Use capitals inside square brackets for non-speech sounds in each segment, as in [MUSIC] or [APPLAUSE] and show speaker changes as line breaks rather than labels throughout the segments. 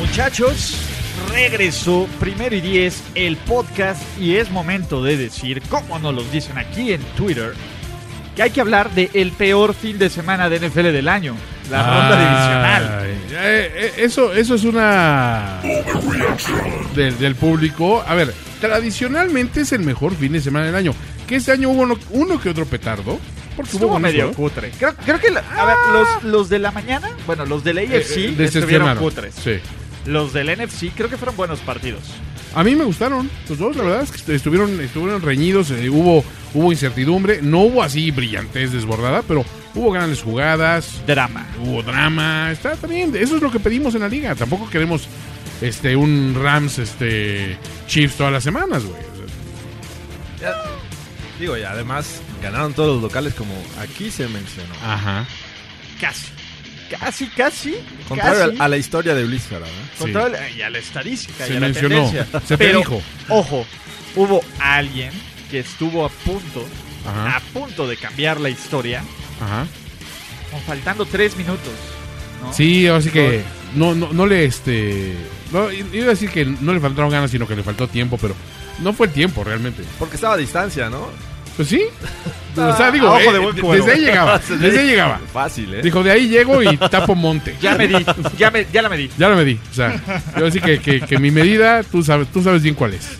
Muchachos, regresó primero y diez el podcast y es momento de decir, como nos lo dicen aquí en Twitter, que hay que hablar de el peor fin de semana de NFL del año, la
Ah,
ronda divisional.
Ay, eh, eh, eso, eso es una. Del, del público. A ver, tradicionalmente es el mejor fin de semana del año. Que este año hubo uno, uno que otro petardo. Porque hubo
Estuvo
buenos
medio
juegos.
cutre. Creo, creo que la- a ver, los, los de la mañana, bueno, los del
Eh, eh,
AFC estuvieron
decepcionaron.
cutres.
Sí.
Los del NFC creo que fueron buenos partidos.
A mí me gustaron los dos, la verdad es que est- estuvieron, estuvieron reñidos, eh, hubo, hubo incertidumbre, no hubo así brillantez desbordada, pero hubo grandes jugadas,
Drama.
hubo drama, está está bien, eso es lo que pedimos en la liga, tampoco queremos este un Rams este Chiefs todas las semanas, güey. O sea,
Ya- digo, y además ganaron todos los locales como aquí se mencionó.
Ajá.
Casi. Casi, casi.
Contrario
casi.
al- a la historia de Ulises Jara, ¿no?
Contrario al- eh, y a la estadística. y
Se
a la
mencionó,
tendencia.
se
Pero,
predijo.
Ojo, hubo alguien que estuvo a punto,
Ajá.
a punto de cambiar la historia,
Ajá.
como faltando tres minutos. ¿no?
Sí, así que no, no, no le este no, iba a decir que no le faltaron ganas, sino que le faltó tiempo, pero no fue el tiempo realmente.
Porque estaba a distancia, ¿no? Ah,
[LAUGHS]
Pues sí. O sea, digo,
a Ah, ojo
eh,
de buen
de-
cuero.
desde ahí
[LAUGHS]
[LAUGHS]
llegaba. Desde ahí llegaba.
Fácil, ¿eh?
Dijo, de ahí llego y tapo monte. [LAUGHS]
Ya me di, ya, me, ya la medí.
Ya lo medí. O sea, yo sí que, que, que mi medida, tú sabes, tú sabes bien cuál es.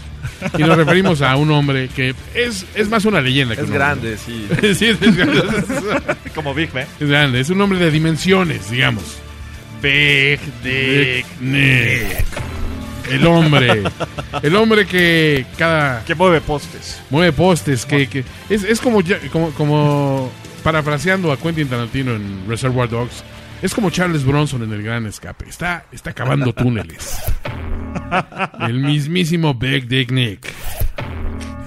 Y nos referimos a un hombre que es, es más una leyenda que
es
un hombre. [LAUGHS]
grande, sí. Eh,
sí, es grande.
Como Big Ben.
Es grande. Es un hombre de dimensiones, digamos.
Big Dick.
Nick. El hombre. El hombre que cada
Que mueve postes.
Mueve postes, que, que es, es como, ya- como como parafraseando a Quentin Tarantino en Reservoir Dogs, es como Charles Bronson en El Gran Escape, está está cavando túneles. El mismísimo Big Dick Nick.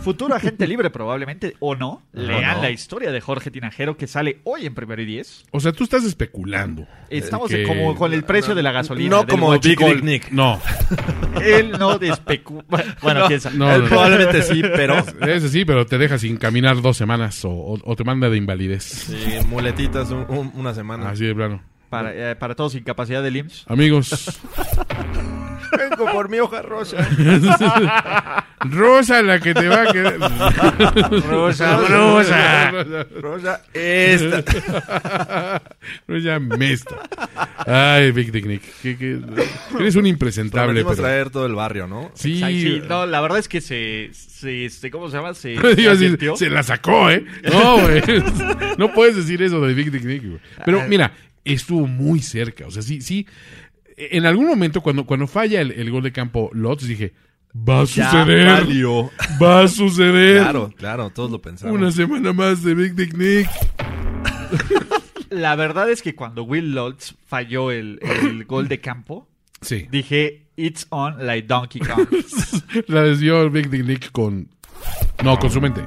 Futuro agente libre probablemente, o no. Lean
no.
la historia de Jorge Tinajero que sale hoy en Primero y Diez.
O sea, tú estás especulando.
Estamos
Que-
como con el precio de la gasolina.
no
del
como
Big
Big Dick
Old.
Nick.
No,
Él no
[LAUGHS]
despecula. Bueno, quién sabe.
no, no, no.
Probablemente sí,
[LAUGHS]
pero
Ese sí, pero te deja sin caminar dos semanas o, o- o te manda de invalidez.
sí, muletitas un- un- una semana.
Así de plano.
Para, eh, para todos, incapacidad del IMSS.
Amigos,
Vengo por mi
[LAUGHS]
hoja rosa.
Rosa la que te va a quedar.
Rosa,
Rosa, esta.
[LAUGHS] No ya me está. Ay, Big Dick Nick. que- que- eres un impresentable,
Prometimos
pero.
traer todo el barrio, ¿no?
Sí,
Sí,
[LAUGHS]
no, la verdad es que se, se este, ¿cómo se llama? Se,
Iba a decir,
advirtió.
se la sacó, ¿eh? No, güey. No puedes decir eso de Big Dick Nick, güey. Pero
Ah.
mira, estuvo muy cerca. O sea, sí, sí. En algún momento, cuando, cuando falla el, el gol de campo Lotz, dije, va a suceder.
valió.
Va a suceder.
Claro, claro, todos lo pensamos.
Una semana más de Big Dick Nick.
La verdad es que cuando Will Lutz falló el,
[LAUGHS]
el gol de campo,
Sí.
dije, it's on like Donkey
[LAUGHS]
Kong. [LAUGHS]
La desvió Big Dick Nick con. No, con su mente.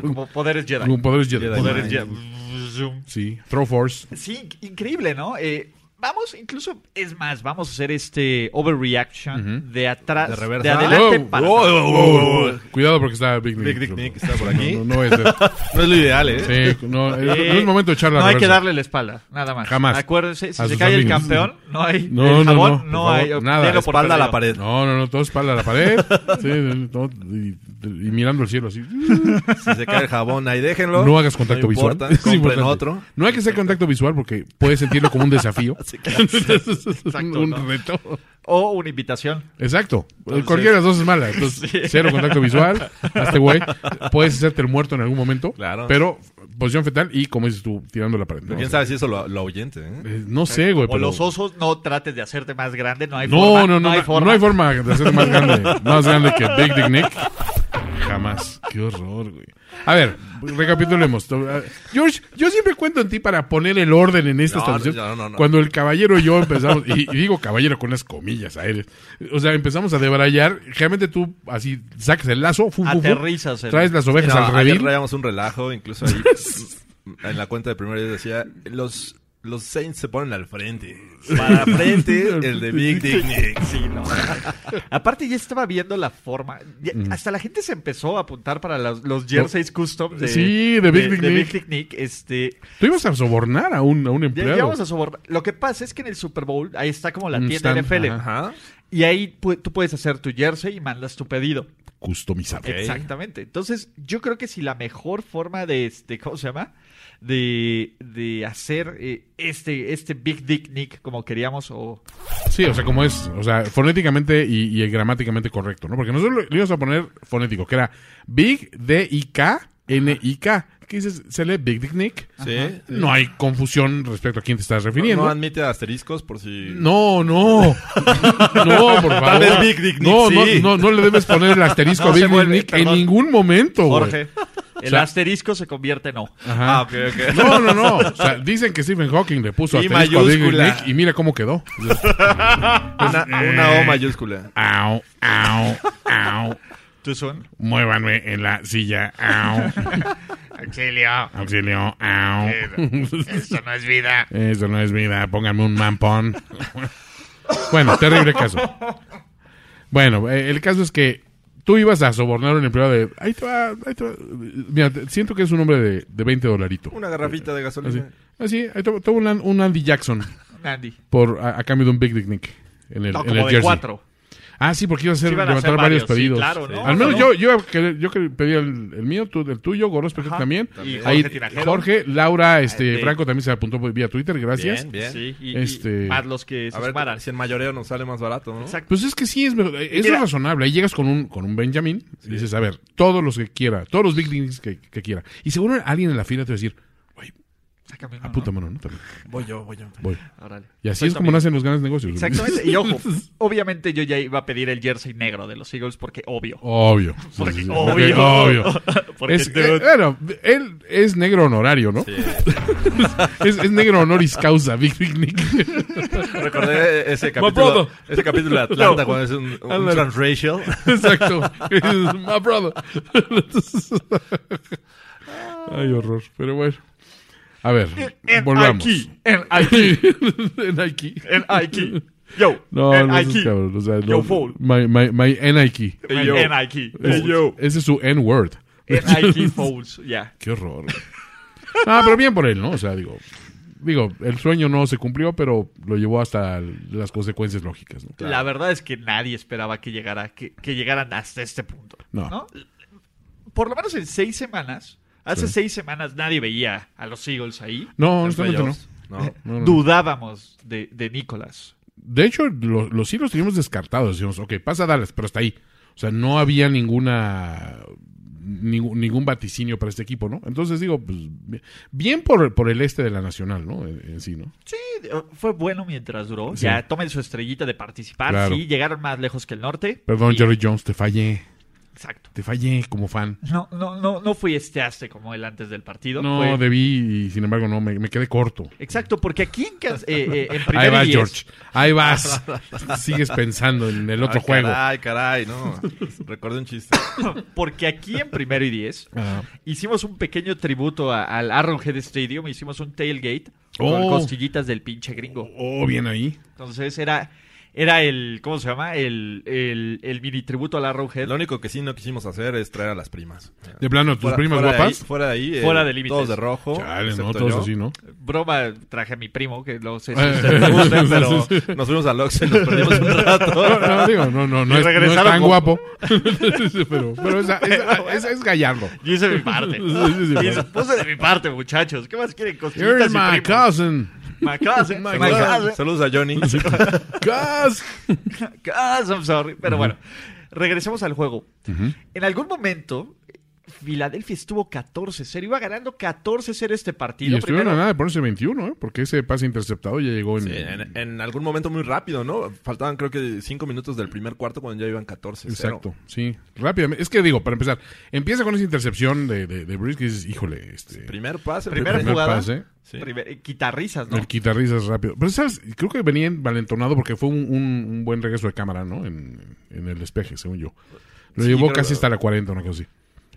Como poderes Jedi.
Con poderes Jedi.
Jedi.
Poderes
Jedi.
Jedi. Zoom.
Sí, Throw Force.
Sí, inc- increíble, ¿no? Eh, vamos, incluso, es más, vamos a hacer este overreaction de atrás,
De reversa.
de adelante
Oh,
para
Oh,
atrás.
oh, oh, oh.
Cuidado porque está Big Nick.
Big Dick Nick está por aquí.
No, no, no es.
No es lo ideal, ¿eh?
Sí,
[LAUGHS]
no, es, no es momento de echarla
No
a
hay que
reversa.
darle la espalda, nada más.
Jamás.
Acuérdense, si
A
se
sus
cae el
amigos.
campeón, no hay.
No,
el
no,
jabón,
no,
no,
por
hay.
favor, nada.
denlo por
Espalda a la
perdido.
pared.
No, no, no, todo espalda a la
[LAUGHS]
pared. Sí, no, y, y mirando el cielo así.
Si se cae el jabón, ahí déjenlo.
No hagas contacto
No
visual. [LAUGHS]
importa,
Es
compren
importante.
otro.
No hay que hacer contacto visual porque puedes sentirlo como un
[LAUGHS]
desafío. [LAUGHS]
Exacto,
un
¿no?
reto.
O una invitación.
Exacto. Cualquiera de las dos es mala.
[LAUGHS]
Entonces, cero contacto visual. Hazte güey. Puedes hacerte el muerto en algún momento.
Claro.
Pero posición fetal y, como dices tú, tirando la pared. ¿no?
¿Quién sabe si eso lo, lo ahuyente, eh?
Eh, No sé, güey.
O
pero-
los osos, no trates de hacerte más grande, no hay
No,
forma.
no, no,
hay [LAUGHS]
no, no hay forma de hacer más grande, más grande que Big Dick Nick. Jamás. Qué horror, güey. A ver, recapitulemos. George, yo siempre cuento en ti para poner el orden en esta
No,
transmisión.
no, no, no.
Cuando el caballero y yo empezamos, y, y digo caballero con unas comillas aéreas, o sea, empezamos a debrayar, realmente tú así sacas el lazo, fum, fum, fum,
Aterrizas el-
traes las
No,
ovejas al
ayer
redil.
traíamos un relajo, incluso
[LAUGHS]
ahí en la cuenta de primer día decía, los, los Saints se ponen al frente.
[LAUGHS]
Para frente, el de Big Dick.
Sí, no. [LAUGHS] Aparte ya estaba viendo la forma. Ya-
Mm.
Hasta la gente se empezó a apuntar para las- los jerseys custom de,
Sí, de Big Dick Nick.
Nick. Este,
Tú ibas a sobornar a un, a un
ya, ya
empleado.
vamos a sobornar. Lo que pasa es que en el Super Bowl ahí está como la
Un
tienda
stand,
NFL.
ajá.
Ajá.
Y ahí pu- tú puedes hacer tu jersey y mandas tu pedido.
Customizable.
Ok.
Exactamente. Entonces, yo creo que si la mejor forma de este, ¿cómo se llama? De, de hacer eh, este, este Big Dick Nick como queríamos o
Sí, o sea, como es, o sea, fonéticamente y, y gramáticamente correcto, ¿no? Porque nosotros le- le íbamos a poner fonético, que era Big D-I-K N-I-K. ¿Qué dices? ¿Se lee Big Dick Nick?
Sí.
No hay confusión respecto a quién te estás
No,
refiriendo.
admite asteriscos por si...
No, no. No, por favor.
vez Big Dick Nick,
no,
sí.
no, no, no le debes poner el asterisco
No,
a Big
se
Dick
vuelve,
Nick en
perdón.
ningún momento, güey. [LAUGHS]
Jorge. El
sea-
asterisco se convierte en O.
Ajá.
Ah, ok, ok.
No, no, no. O sea, dicen que Stephen Hawking le puso
Y
asterisco a Big Dick
mayúscula.
Nick y mira cómo quedó. pues,
Una, una
eh.
O mayúscula.
Au, au, au.
¿Tú son?
Muévanme en la silla. Au.
[LAUGHS] Auxilio,
Auxilio. Au.
eso no es vida.
Eso no es vida. Póngame un mampón. bueno, terrible caso. Bueno, eh, el caso es que tú ibas a sobornar a un empleado de... Ahí te va, ahí te va. Mira, te- siento que es un hombre de, de 20 dolarito.
Una garrafita de
Así,
gasolina.
así ahí te- tuvo un, An- un Andy Jackson
Andy.
por, a, a cambio de un Big Dick Nick. En el,
No,
en
como
el
de
jersey.
cuatro.
Ah, sí, porque iba a hacer
Sí, iban a
levantar
hacer
varios,
varios, sí,
pedidos.
claro, ¿no?
Al menos
No,
yo, yo, quería- yo quería- pedía el, el mío, tú, el tuyo, Goros Pérez
Ajá.
también.
Y Jorge
Ahí,
Tinajero.
Jorge, Laura, este,
de-
Franco también se apuntó por- vía Twitter, gracias.
Bien, bien.
Sí, y, y
Este-
más los que se
A ver
sumaran.
si en mayoreo nos sale más barato, ¿no?
Exacto.
Pues es que sí, es, mejor- eso
Mira.
es razonable. Ahí llegas con un, con un Benjamín y dices, a ver, todos los que quiera, todos los Big Dings que, que quiera. Y seguro alguien en la fila te va a decir, oye,
Sácame uno, ¿no?
apúntame uno, ¿no? También
Voy yo, voy yo.
voy.
Órale.
Y así
Soy
es
tu
como
amigo.
nacen los grandes negocios.
Exactamente. Y ojo, obviamente yo ya iba a pedir el jersey negro de los Eagles porque obvio.
Obvio. Sí, Oh, sí, sí. Porque obvio.
[LAUGHS] Porque
Es-
tú-
eh, bueno, él es negro honorario, ¿no? [LAUGHS] es, es negro honoris causa, Big Big Nick. [LAUGHS]
Recordé ese
brother.
capítulo,
[LAUGHS]
ese capítulo de Atlanta cuando es un, un
Ándale.
transracial.
Exacto. [LAUGHS] Es My brother. [LAUGHS] Ay, horror. Pero bueno. A ver,
en
volvamos.
Aquí. En
Aquí. [LAUGHS] en Nike.
En
[LAUGHS]
Nike. Yo.
No,
en
no seas
Nike.
cabrón. O sea, no.
Yo fool.
My, my, my Nike.
Ey, yo.
En Nike.
Ese- Ese es su N-word.
En Nike
[LAUGHS]
Fouls. Ya. [LAUGHS]
Qué horror. Ah, pero bien por él, ¿no? O sea, digo, digo, el sueño no se cumplió, pero lo llevó hasta las consecuencias lógicas, ¿no?
La verdad es que nadie esperaba que llegara que, que llegaran hasta este punto.
No.
¿no? Por lo menos en seis semanas. Hace seis semanas nadie veía a los Eagles ahí.
No,
En
honestamente no.
playoffs,
[LAUGHS]
no.
No, no.
Dudábamos de, de Nicolás.
De hecho, lo- los sí los teníamos descartados. Decíamos, ok, pasa a Dallas, pero hasta ahí. O sea, no había ninguna ningún, ningún vaticinio para este equipo, ¿no? Entonces digo, pues, bi- bien por, por el este de la nacional, ¿no? En, en sí, ¿no?
Sí, fue bueno mientras duró.
Sí.
Ya tomen su estrellita de participar.
Claro.
Sí, llegaron más lejos que el norte.
Perdón,
Y-
Jerry Jones, te fallé.
Exacto.
Te fallé como fan.
No, no, no, no fui esteaste como él antes del partido.
No,
pues.
Fue-
debí y sin embargo no, me, me quedé corto.
Exacto, porque aquí en, cas- eh, eh, en primer
Ahí vas,
diez-
George. Ahí vas.
[LAUGHS]
Sigues pensando en el otro
Ay,
juego.
Ah, Caray, caray, no. [LAUGHS] Recordé un chiste.
[LAUGHS] Porque aquí en primero y diez
Ah.
hicimos un pequeño tributo a- al Arrowhead Stadium, hicimos un tailgate
Oh.
con costillitas del pinche gringo.
Oh, bien ahí.
Entonces era, era el, ¿cómo se llama? El, el, el mini tributo al Arrowhead.
Lo único que sí no quisimos hacer es traer a las primas.
De plano, tus
Fuera-
primas
fuera de
guapas.
ahí- fuera de ahí. eh,
Fuera de límites.
Todos de rojo.
Chale, no,
excepto
todos
yo. [LAUGHS]
así, ¿no?
Broma, traje a mi primo, que no
[LAUGHS]
sé si ustedes le gustan, pero...
Nos fuimos al Oxxo y nos perdimos
[LAUGHS]
un rato.
No, no, digo, no, no, no,
Y
es, no es
regresaron
tan
con-
[LAUGHS] guapo. pero pero es, es, es, es gallardo.
Yo hice mi parte.
sí, sí,
Y
sí.
puse de mi parte, muchachos. ¿Qué más quieren?
You're
Costillitas y
my
primo.
cousin.
My cousin. My cousin.
Saludos- Saludos a
[LAUGHS]
Johnny.
Cous-
[LAUGHS] Ah, Cas, I'm sorry. Pero bueno, regresemos al juego. En algún momento, Filadelfia estuvo 14-0. Iba ganando 14-0 este
Y
partido.
estuvieron a
Primero,
nada de ponerse 21, ¿eh? Porque ese pase interceptado ya llegó en...
Sí, en, en algún momento muy rápido, ¿no? Faltaban creo que cinco minutos del primer cuarto cuando ya iban 14.
Exacto, sí. Rápidamente. Es que digo, para empezar, empieza con esa intercepción de, de, de Breeze que dices, híjole, este...
Primer pase.
Primera
primer
jugada.
pase.
Sí.
primer- quitarrisas, ¿no?
El quitarrisas rápido. Pero, ¿sabes? Creo que venía envalentonado porque fue un, un- un buen regreso de cámara, ¿no? En, en el despeje, según yo. Lo
Sí,
llevó
creo-
casi hasta la 40, una cosa así.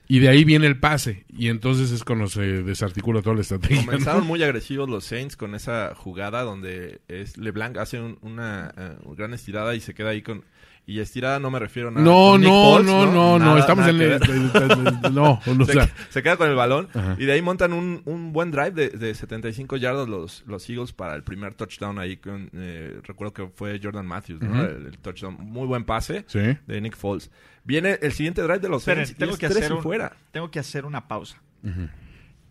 Y de ahí viene el pase. Y entonces es cuando se desarticula toda la estrategia. ¿no?
Comenzaron muy agresivos los Saints con esa jugada donde es LeBlanc hace un- una eh, gran estirada y se queda ahí con... Y estirada no me refiero a nada.
No,
con Nick
no,
Foles,
no, no, no,
Nada-
estamos
nada
en
que
el,
ver. [LAUGHS]
no, o
se,
sea,
se queda con el balón y de ahí montan un, un buen drive de, de 75 yardas los, los Eagles para el primer touchdown ahí. Con, eh, recuerdo que fue Jordan Matthews, ¿no? el, el touchdown. Muy buen pase
Sí.
de Nick Foles. Viene el siguiente drive de los
Esperen,
Saints y
tengo
es
que
tres
hacer
y
un-
fuera.
Tengo que hacer una pausa.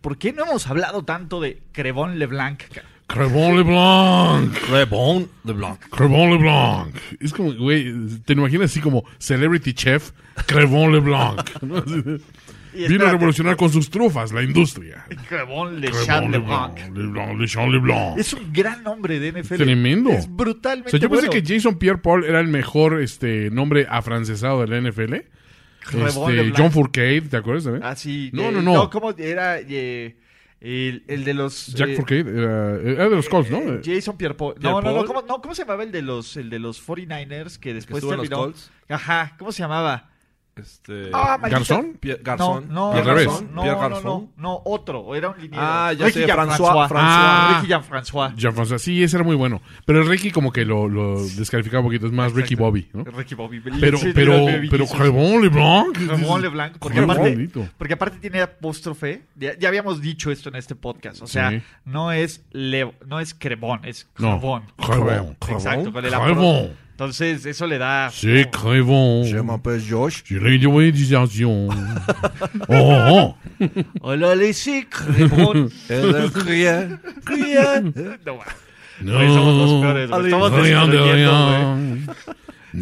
¿Por qué no hemos hablado tanto de Crevon LeBlanc?
Crevon LeBlanc,
Rebón de Blanc.
Crevon LeBlanc. Es como, güey, te lo imaginas así como celebrity chef Crevon LeBlanc. [LAUGHS] ¿no? Así de-
Y
Vino a
espérate,
revolucionar con sus trufas la industria.
Crevon
Crevon
LeChat
LeBlanc,
LeBlanc.
LeBlanc, LeChan LeBlanc.
Es un gran nombre de NFL.
Tremendo.
Es
O
brutalmente
sea, yo pensé
bueno.
que Jason Pierre-Paul era el mejor este nombre afrancesado de la NFL.
Crevon
Este,
LeBlanc.
John Fourcade, ¿te acuerdas? también?
Así.
No,
eh,
no, no.
¿Cómo era eh, el, el de los.
Jack
eh,
Fourcade era, era de los Colts, ¿no?
eh, Jason Pierre-Paul. No, no, no,
Pierre-Paul.
¿cómo, no, ¿cómo se llamaba el de los, el de los 49ers que después
estuvo en los
terminó?
Colts.
Ajá, ¿cómo se llamaba?
Este,
Ah, maldita-
Garzón.
Pierre Garzón.
No, no,
Pierre
al revés.
Garzón.
No,
Pierre
no,
Garzón.
no, no, otro, era un liniero.
Ah, ya sé,
Jean-François.
François, François.
Ah, Ricky Jean-François.
Jean-François, sí, ese era muy bueno. Pero el Ricky como que lo, lo descalificaba un poquito. Es más Ricky Bobby, ¿no?
Ricky Bobby.
Pero,
Sí,
pero,
era el
pero
bellísimo.
Crevon LeBlanc.
Ramón Leblanc, porque
Ramón
aparte,
Leblanc.
porque aparte tiene apóstrofe, ya, ya habíamos dicho esto en este podcast, o sea,
Sí.
no es Lev- no es Crebón, es
No,
Crevón. Exacto,
Crevón, Crevón,
con el
Crevón.
apóstrofe. Entonces, eso le da
Sí, Crevon.
m'appelle Josh.
Je l'ai dit,
[LAUGHS]
oui, disation. Oh, oh, oh.
Hola, Lizzy, [LAUGHS] Crevón.
[LAUGHS]
No, va.
No.
Güey, somos los peores, güey. Estamos
Rien de
destruyendo, güey.
rien.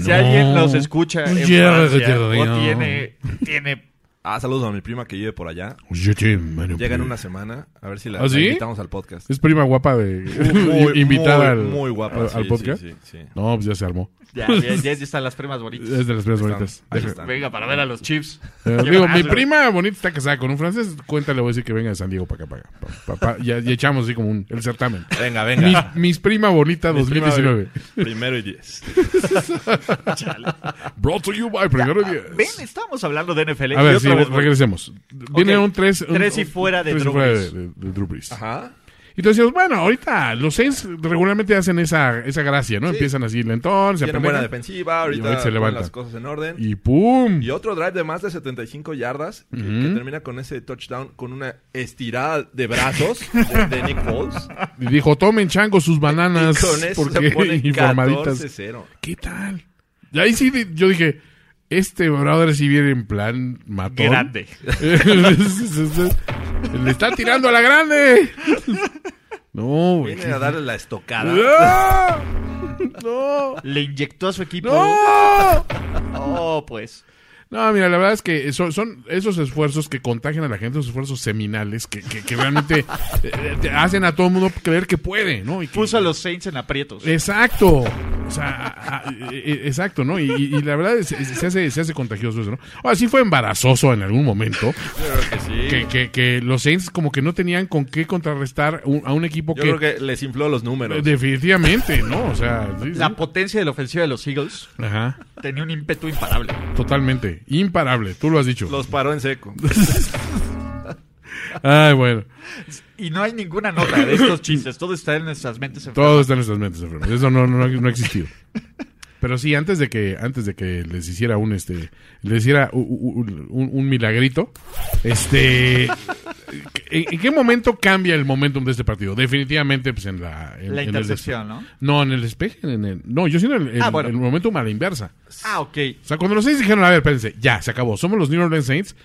Si alguien
No.
nos escucha en
Rien de
Francia,
rien.
o tiene tiene
[LAUGHS] Ah, saludos a mi prima que vive por allá.
Je t'aime, Manu.
Llega en una semana. A ver si la,
pues, ¿Ah,
la
sí?
invitamos
[LAUGHS]
al podcast.
Es prima guapa de [LAUGHS]
Muy- muy-
invitar al,
muy guapa,
al,
sí,
al
sí,
podcast.
sí, sí.
No, pues ya se armó. [LAUGHS]
ya, ya, ya están las primas bonitas.
Es de las primas
Ahí
bonitas.
están, ahí
Deja-
están.
Venga para ver a los Chips.
Eh, digo, mi
Llevarlo.
prima bonita está casada con un francés. Cuéntale, voy a decir que venga de San Diego para acá, para acá. Pa- pa- pa- ya, ya echamos así como un, el certamen.
Venga,
Mi,
venga.
mis prima bonita
[LAUGHS]
[LAUGHS] 2019.
Primero y diez.
Brought to you by Primero y Diez.
Ven, estábamos hablando de NFL.
A
y
ver,
otra
sí,
vez volvemos.
regresemos. Viene
Ok.
un 3.
Tres y fuera de Drew Brees.
de, de Drew Brees.
Ajá.
Y entonces decimos, bueno, ahorita los seis regularmente hacen esa, esa gracia, ¿no? Empiezan así lentón, se
Tienen buena
apendejan
defensiva.
Y ahorita
Ahorita
se
ponen
levantan.
las cosas en orden.
y ¡pum!
Y otro drive de más de 75 yardas que, que termina con ese touchdown con una estirada de brazos de, de Nick Foles.
Y dijo, tomen chango sus bananas.
Y con eso se
porque
pone
informaditas.
14-0.
¿Qué tal? Y ahí sí, di- yo dije, este brother sí viene en plan matón. [LAUGHS]
Grande.
Le está tirando a la grande. No, güey.
Viene a darle la estocada. [LAUGHS]
¡Ah! ¡No!
Le inyectó a su equipo.
¡No!
Oh, pues.
No, mira, la verdad es que son, son esos esfuerzos que contagian a la gente, esos esfuerzos seminales que, que- que realmente eh, te hacen a todo el mundo creer que puede, ¿no? Y que-
Puso a los Saints en aprietos.
Exacto. O sea, a- a- e- e- exacto, ¿no? Y, y- y la verdad es- es- se, hace, se hace contagioso eso, ¿no? Ahora sí fue embarazoso en algún momento
Creo que sí.
que, que- que los Saints como que no tenían con qué contrarrestar un- a un equipo
Yo
que,
creo que les infló los números.
definitivamente, ¿no? O sea,
[LAUGHS]
sí, sí.
La potencia de la ofensiva de los Eagles
Ajá,
tenía un ímpetu imparable.
totalmente. Imparable, tú lo has dicho.
Los paró en seco. [LAUGHS]
Ay, bueno.
Y no hay ninguna nota de estos chistes. Todo está en nuestras mentes.
Todo está en nuestras mentes, enfermos. Eso no, no, no ha existido. Pero sí, antes de que, antes de que les hiciera un este, les hiciera u- u- un, un milagrito, este ¿en, en qué momento cambia el momentum de este partido? Definitivamente, pues en la, en-
La
en el
intercepción,
despe-
¿no?
No, en el despeje, en el- no, yo siento el, el,
Ah, bueno.
el momentum a la inversa.
Ah, ok.
O sea, cuando los Saints dijeron, a ver, espérense, ya, se acabó, somos los New Orleans Saints.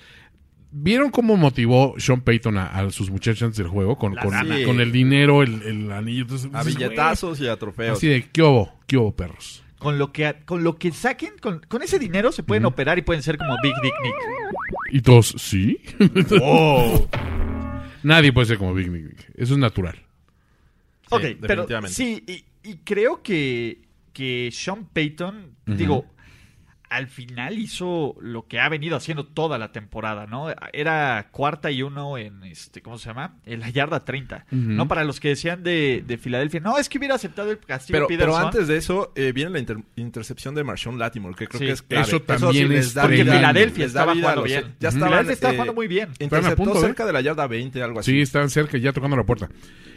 ¿Vieron cómo motivó Sean Payton a, a sus muchachos antes del juego? Con, con,
lana.
con el dinero, el, el anillo. Entonces,
A
dices,
billetazos y a trofeos.
Así de, ¿qué hubo? ¿Qué hubo, perros?
Con lo que, con lo que saquen, con, con ese dinero se pueden operar y pueden ser como Big Dick Nick.
Y todos, ¿sí? [LAUGHS] Nadie puede ser como Big Nick. Eso es natural.
Ok,
Sí,
pero
definitivamente.
sí, y, y creo que, que Sean Payton, digo, al final hizo lo que ha venido haciendo toda la temporada, ¿no? Era cuarta y uno en, este ¿cómo se llama? En la yarda 30, ¿no? Para los que decían de, de Filadelfia, no, es que hubiera aceptado el castigo
Pero,
de
pero
Peterson".
antes de eso, eh, viene la inter- intercepción de Marshawn Latimore, que creo
Sí.
que es clave.
Eso también
les
es
da
Porque
vida-
Filadelfia
les da
estaba
vida a
jugando
los-
bien.
Ya
Ujú.
estaban,
Filadelfia estaba
eh,
jugando muy bien.
Interceptó
a punto, ¿eh?
cerca de la yarda 20, algo así.
Sí, están cerca, ya tocando la puerta.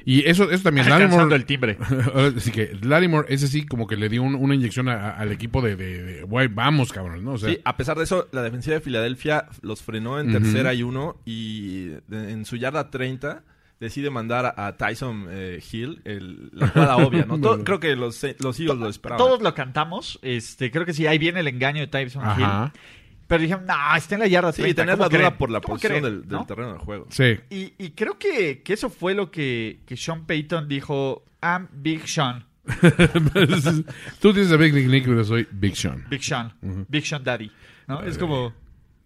Y eso, eso también,
Alcanzando
Lattimore-
el timbre.
[LAUGHS] Así que Larimore, ese sí, como que le dio un- una inyección a- a- al equipo de, de- de, güey, vamos, cabrón, ¿no? O sea,
Sí, a pesar de eso, la defensiva de Filadelfia los frenó en tercera y uno y de- en su yarda 30 decide mandar a, a Tyson eh, Hill el, la jugada obvia, ¿no? Todo- creo que los, eh, los Eagles lo esperaban.
Todos lo cantamos, este, creo que sí, ahí viene el engaño de Tyson Hill.
ajá.
Pero dijeron, no, está en la yarda
sí,
30.
tenías
¿cómo
la duda
creen?
por la
¿Cómo
posición
creen?",
del, del
¿no?
terreno del juego.
Sí. [LAUGHS]
Y, y creo que, que eso fue lo que, que Sean Payton dijo. I'm Big Sean.
Tú dices a Big Nick Nick, pero soy Big Sean.
Big Sean. Big Sean Daddy. ¿No? es como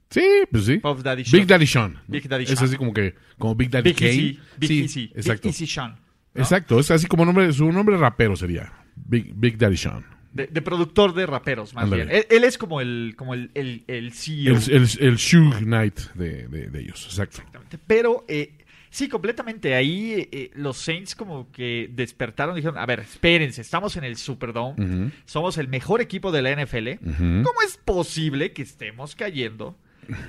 Sí, pues sí.
Puff Daddy Sean.
Big Daddy Sean.
Big Daddy
Es
Sean.
así como que, como Big Daddy
Big
Kane.
Easy. Big
Eh, sí,
Easy.
Exacto.
Big Easy Sean. ¿no?
Exacto, es así como nombre, su nombre rapero sería. Big, Big Daddy Sean.
De, de productor de raperos, más
Ándale.
bien. Él, él es como el, como el, el, el E CEO.
El, E el, el Suge Knight de, de- de ellos, exacto.
Exactamente. Pero eh, sí, completamente. Ahí eh, eh, los Saints como que despertaron y dijeron, a ver, espérense, estamos en el Superdome.
Ujú.
Somos el mejor equipo de la NFL.
Ujú.
¿Cómo es posible que estemos cayendo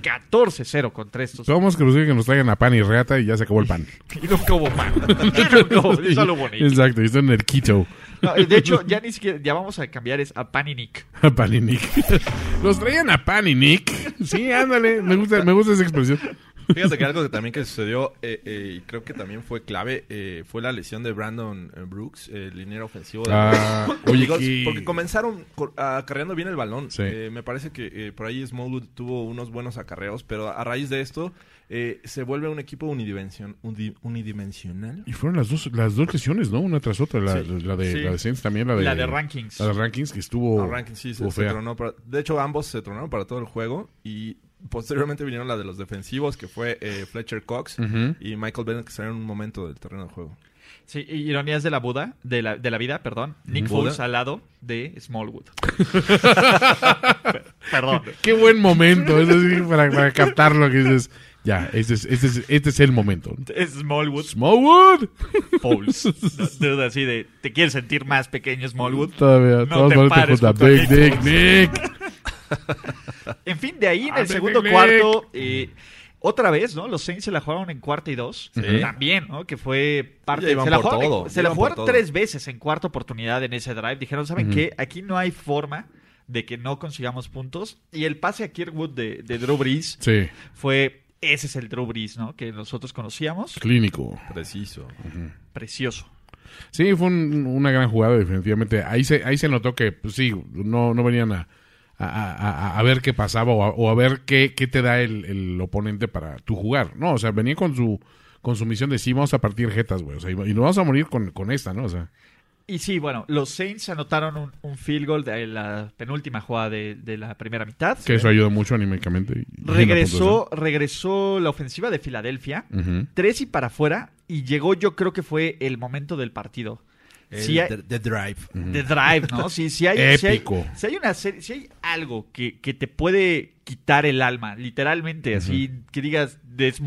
14-0 contra estos?
Vamos que nos digan que nos traigan a pan y reata y ya se acabó
[LAUGHS]
el pan.
Y nunca hubo pan. [LAUGHS] Y nunca hubo- Oh, eso es
[LAUGHS]
lo bonito.
Exacto, y estoy en el Quito.
No, de hecho, ya ni siquiera, ya vamos a cambiar es a pan y Nick.
A Pan y Nick. [LAUGHS] Los traían a Pan y Nick. Sí, ándale. Me gusta, me gusta esa expresión.
[LAUGHS] Fíjate que algo que también que sucedió eh, eh, y creo que también fue clave eh, fue la lesión de Brandon eh, Brooks, el liniero ofensivo de
Ah,
los
oye,
Eagles,
que-
porque comenzaron cor- acarreando bien el balón.
Sí.
Eh, me parece que eh, por ahí Smallwood tuvo unos buenos acarreos, pero a raíz de esto eh, se vuelve un equipo unidimension- undi- unidimensional.
Y fueron las dos, las dos lesiones, ¿no? Una tras otra. La,
Sí.
la de,
Sí.
la de Saints también, la de,
La de Rankings. Ah,
La de Rankings, que estuvo.
A Rankin sí se,
estuvo
se
fea.
tronó para- de hecho, ambos se tronaron para todo el juego y posteriormente vinieron la de los defensivos, que fue eh, Fletcher Cox
Ujú.
y Michael Bennett, que salieron en un momento del terreno del juego.
Sí, y ironías de la Buda, de la, de la vida, perdón. Nick
Buda.
Foles al lado de [LAUGHS] Smallwood. perdón.
Qué buen momento. Es decir, para, para captarlo, que dices, ya, este es, este es, este es el momento.
Es Smallwood
Smallwood.
Foles. Duda así [LAUGHS] de, ¿te quieres sentir más pequeño Smallwood?
Todavía,
No
todos
te
van
pares
junto a
junto a
Big
Nick
Nick, Nick.
En fin, de ahí en
Ah,
el
Big
segundo
Nick.
cuarto, eh, otra vez, ¿no? Los Saints se la jugaron en cuarta y dos. También, ¿no? Que fue parte
Ya iban
Se la
por
jugaron, en-
todo,
se la
iban por
jugaron
todo.
tres veces en cuarta oportunidad en ese drive. Dijeron, ¿saben qué? Aquí no hay forma de que no consigamos puntos. Y el pase a Kirkwood de, de Drew Brees
Sí,
fue. Ese es el Drew Brees, ¿no? Que nosotros conocíamos.
clínico.
Preciso.
Precioso.
Sí, fue un- una gran jugada, definitivamente. Ahí se, ahí se notó que, pues, sí, no, no venían a, a- a- a- a ver qué pasaba o a, o a ver qué, qué te da el, el oponente para tu jugar. No, o sea, venía con su, con su misión de sí, vamos a partir jetas, güey. O sea, y, y nos vamos a morir con, con esta, ¿no? O sea,
Y sí, bueno, los Saints anotaron un, un field goal de la penúltima jugada de, de la primera mitad.
que eso ayuda mucho anímicamente. y- y en la
Regresó, regresó la ofensiva de Filadelfia.
puntuación. Ujú.
Tres y para afuera. Y llegó, yo creo que fue el momento del partido. Sí hay-
Drive.
de drive, ¿no? Sí, sí hay, sí hay-
Épico.
sí hay una serie, si hay algo que, que te puede quitar el alma, literalmente, así que digas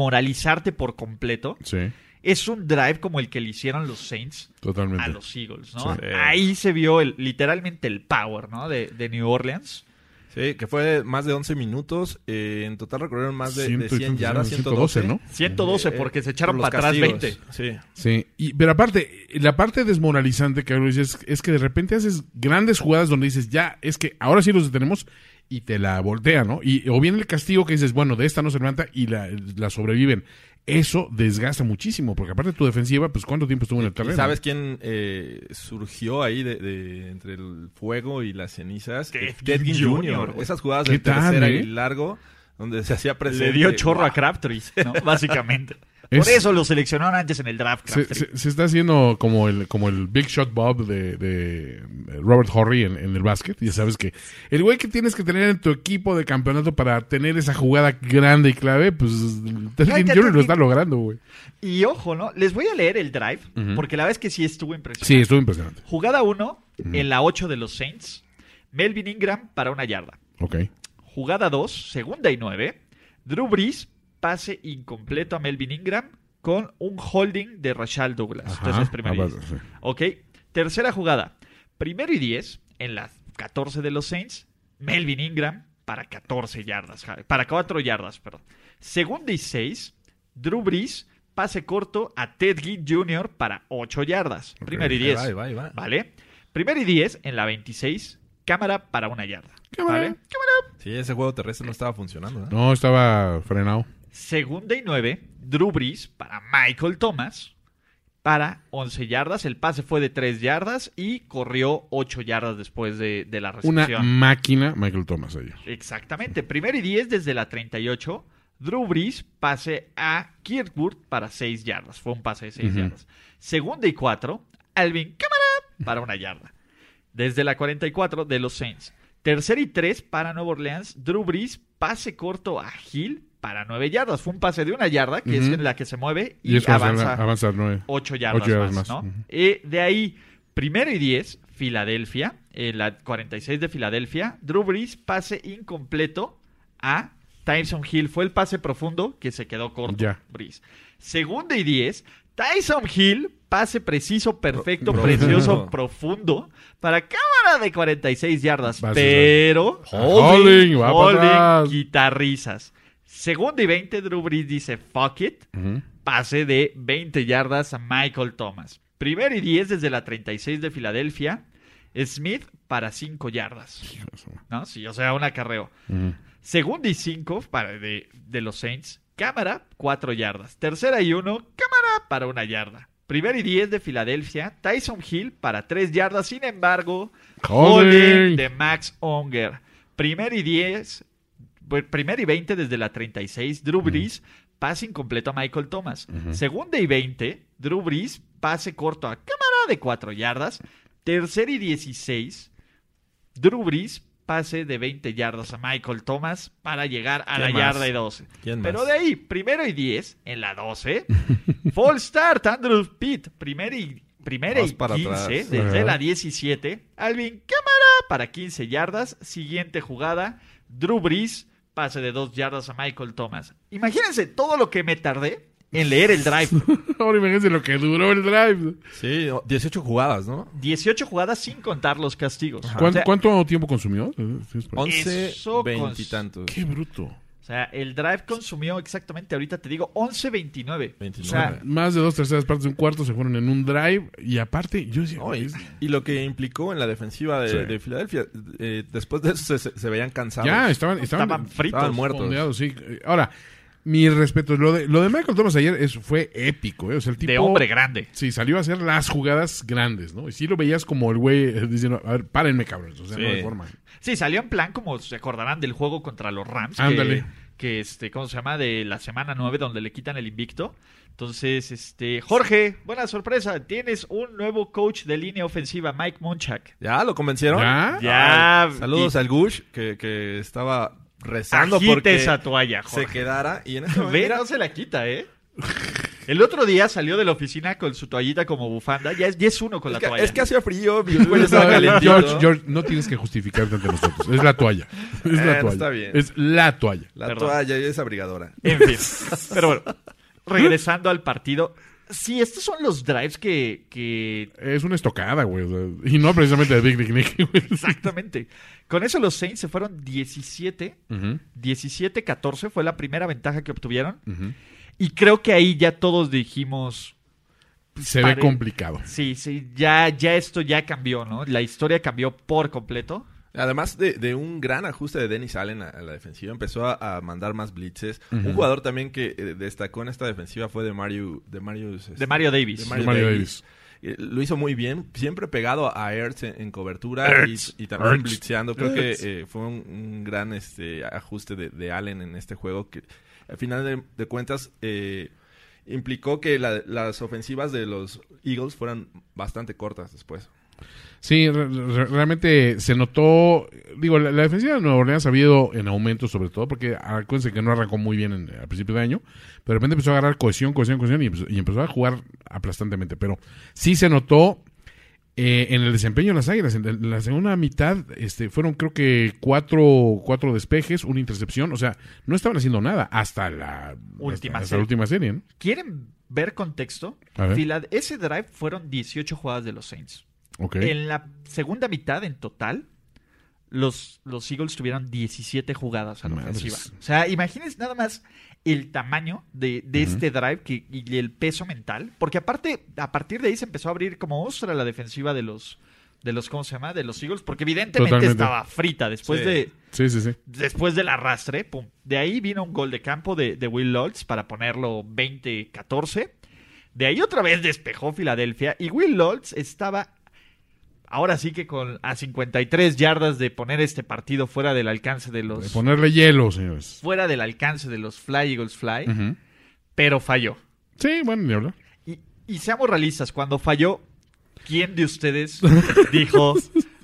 desmoralizarte por completo,
Sí,
es un drive como el que le hicieron los Saints
totalmente.
a los Eagles, ¿no?
Sí.
Ahí se vio el, literalmente el power, ¿no? De, de New Orleans.
Sí, que fue más de 11 minutos. eh, en total recorrieron más de, de
Ciento y
100
tantos,
yardas, 112,
112, ¿no?
112 porque se echaron
por los
para atrás
castigos.
20.
Sí.
Sí, y, pero aparte, la parte desmoralizante que ahora dices es que de repente haces grandes jugadas donde dices, ya, es que ahora sí los detenemos y te la voltea, ¿no? Y, o bien el castigo que dices, bueno, de esta no se levanta y la, la sobreviven. Eso desgasta muchísimo, porque aparte tu defensiva, pues ¿cuánto tiempo estuvo en el
¿Y
terreno?
sabes quién eh, surgió ahí de, de- entre el fuego y las cenizas?
Ted
Ted Ginn
Ginn
Jr.
Jr., güey.
Esas jugadas
¿Qué
de
tal,
tercera
eh?
y largo, donde se hacía presente.
Le dio chorro a
Wow.
Crabtree, ¿no? [LAUGHS] Básicamente. Por
Es-
eso lo seleccionaron antes en el draft.
Se,
Crabtree.
se- se está haciendo como el, como el Big Shot Bob de, de Robert Horry en, en el básquet. Ya sabes que el güey que tienes que tener en tu equipo de campeonato para tener esa jugada grande y clave, pues Derrick
te-
Henry
te-
lo está logrando, güey.
Y ojo, ¿no? Les voy a leer el drive, porque la verdad es que sí estuvo impresionante.
Sí, estuvo impresionante.
Jugada 1, en la 8 de los Saints, Melvin Ingram para una yarda.
Ok.
Jugada 2, segunda y 9, Drew Brees, pase incompleto a Melvin Ingram con un holding de Rashad Douglas.
Ajá.
Entonces, primero y
Ah, va,
diez.
sí.
Ok, tercera jugada, primero y 10, en la 14 de los Saints, Melvin Ingram para 14 yardas, ja- para 4 yardas, perdón. Segunda y 6, Drew Brees, pase corto a Ted Ginn Jr. para 8 yardas. Primero y 10.
Ahí va, ahí va, ahí va.
¿Vale? Primero y 10 en la 26, cámara para una yarda.
Cámara.
¿Vale?
Sí, ese juego terrestre no estaba funcionando. ¿eh?
No, estaba frenado.
Segunda y 9, Drew Brees para Michael Thomas para 11 yardas. El pase fue de 3 yardas y corrió 8 yardas después de, de la
Una
recepción.
máquina, Michael Thomas ayer.
Exactamente. Primero y 10 desde la 38. Drew Brees pase a Kirkwood para 6 yardas. Fue un pase de 6
Ujú.
yardas. Segunda y 4. Alvin Cámara para una yarda. Desde la 44 de los Saints. Tercer y 3 para Nueva Orleans. Drew Brees pase corto a Hill para 9 yardas. Fue un pase de una yarda, que es
Ujú.
en la que se mueve y,
Y es cuando se
avanza Oh.
avanza, avanza al nueve.
8 yardas,
Ocho yardas
más,
más,
¿no?
ujú.
Eh, de ahí, primero y 10, Filadelfia, en la 46 de Filadelfia, Drew Brees, pase incompleto a Tyson Hill. Fue el pase profundo que se quedó corto,
Ya.
Brees. Segundo y 10, Tyson Hill, pase preciso, perfecto,
Pro-
precioso,
profundo.
profundo, para cámara de 46 yardas,
Vas,
pero...
vas. Holding, va para atrás.
guitarrizas. Segundo y 20, Drew Brees dice, fuck it
Ujú.
pase de 20 yardas a Michael Thomas. Primero y 10 desde la 36 de Filadelfia. Smith para 5 yardas. ¿No? Sí, o sea, un acarreo.
Ujú.
Segundo y 5 para de, de los Saints. Cámara, 4 yardas. Tercera y 1, cámara para una yarda. Primero y 10 de Filadelfia. Tyson Hill para 3 yardas. Sin embargo, holding
Holding.
de Max Onger. Primero y 10 pues, Primero y 20 desde la 36, Drew Brees, pase incompleto a Michael Thomas. Segunda y 20, Drew Brees, pase corto a cámara de 4 yardas. Tercera y 16, Drew Brees, pase de 20 yardas a Michael Thomas para llegar a la
más?
yarda y 12.
¿Quién
Pero
más?
de ahí, primero y 10, en la 12, [LAUGHS] full start, Andrew Pitt, primero y, primera
Vas
y
para
15
atrás.
desde
Ajá.
la 17, Alvin Cámara para 15 yardas. Siguiente jugada, Drew Brees, pase de 2 yardas a Michael Thomas. Imagínense todo lo que me tardé en leer el
[LAUGHS]
drive.
[LAUGHS] Ahora imagínense lo que duró el drive.
Sí, o- 18 jugadas, ¿no?
18 jugadas sin contar los castigos.
¿Cuán-
O sea,
¿Cuánto tiempo consumió?
11,
Eso
20
cons-
y tantos.
Qué bruto.
o sea, el drive consumió exactamente, ahorita te digo, 11.29. O
29.
sea,
Más de dos terceras partes de un cuarto se fueron en un drive. Y aparte, yo decía,
No, y,
"Es-
y lo que implicó en la defensiva de,
Sí.
de Filadelfia, eh, después de eso se, se- se veían cansados.
ya estaban, estaban,
estaban fritos.
estaban muertos.
fondeados, sí. Ahora, mi respeto. Lo de, lo de Michael Thomas ayer es, fue épico. ¿eh? O sea, el tipo,
de hombre grande.
Sí, salió a hacer las jugadas grandes, ¿no? Y sí lo veías como el güey eh, diciendo, a ver, párenme, cabrones. O sea,
Sí.
no hay forma.
Sí, salió en plan como se acordarán del juego contra los Rams. que-
Ándale.
Que, este, ¿cómo se llama? De la semana 9 donde le quitan el invicto. Entonces, este, Jorge, buena sorpresa. Tienes un nuevo coach de línea ofensiva, Mike Munchak.
¿Ya? ¿Lo convencieron?
¿Ya?
Ya.
Ay, saludos
y-
al Gush, que, que estaba rezando
agita
porque
esa toalla,
se
Jorge.
quedara. Y en ese
Ve,
momento,
no se la quita, ¿eh? El otro día salió de la oficina con su toallita como bufanda. Ya es, ya es uno con
es,
la
que,
toalla.
es que hacía frío, mi cuello estaba
No,
calentito.
[LAUGHS] George, George, no tienes que justificarte ante nosotros. Es la toalla. Es la
Bueno,
toalla.
está bien.
Es la toalla.
La
Perdón.
toalla y esa abrigadora.
En fin. Pero bueno, regresando al partido. Sí, estos son los drives que, que
Es una estocada, güey. o sea, y no precisamente de Big Dick Nick, güey.
Exactamente. Con eso los Saints se fueron 17, 17-14 fue la primera ventaja que obtuvieron. Y creo que ahí ya todos dijimos,
Se
Pare-
ve complicado.
sí, sí, ya, ya esto ya cambió, ¿no? La historia cambió por completo.
Además de, de un gran ajuste de Dennis Allen a, a la defensiva, empezó a, a mandar más blitzes. Un jugador también que eh, destacó en esta defensiva fue de Mario, de este, Mario,
De Mario Davis.
de
De Mario Davis.
Eh, Lo hizo muy bien, siempre pegado a Ertz en, en cobertura y,
Ertz.
y también
Ertz.
blitzeando. Creo
Ertz.
que eh, fue un, un gran este, ajuste de, de Allen en este juego que al final de, de cuentas eh, implicó que la- las ofensivas de los Eagles fueran bastante cortas después.
Sí, re- re- realmente se notó, digo, la, la defensiva de Nueva Orleans ha habido en aumento sobre todo, porque ah, acuérdense que no arrancó muy bien en- al principio de año, pero de repente empezó a agarrar cohesión, cohesión, cohesión y empezó, y empezó a jugar aplastantemente, pero sí se notó eh, en el desempeño de las Águilas, en la- en la segunda mitad este, fueron creo que cuatro, cuatro despejes, una intercepción, o sea, no estaban haciendo nada hasta la
Última
hasta- hasta
serie.
la última serie, ¿no?
¿Quieren ver contexto?
A ver.
Filad- ese drive fueron 18 jugadas de los Saints.
Ok.
En la segunda mitad, en total, los, los Eagles tuvieron 17 jugadas a la
Madres.
ofensiva. O sea, imagínense nada más el tamaño de, de este drive que, y el peso mental. Porque aparte, a partir de ahí se empezó a abrir como ostra la defensiva de los, de los ¿cómo se llama? De los Eagles. Porque evidentemente
Totalmente.
estaba frita después
Sí.
de
Sí, sí, sí.
después del arrastre, pum. De ahí vino un gol de campo de, de Will Lutz para ponerlo 20-14. De ahí otra vez despejó Filadelfia y Will Lutz estaba ahora sí que con a 53 yardas de poner este partido fuera del alcance de
De
los
Ponerle hielo, señores.
fuera del alcance de los Fly Eagles Fly,
Ujú.
pero falló.
Sí, bueno, ni hablar.
Y, y seamos realistas, cuando falló, ¿quién de
[LAUGHS]
ustedes dijo,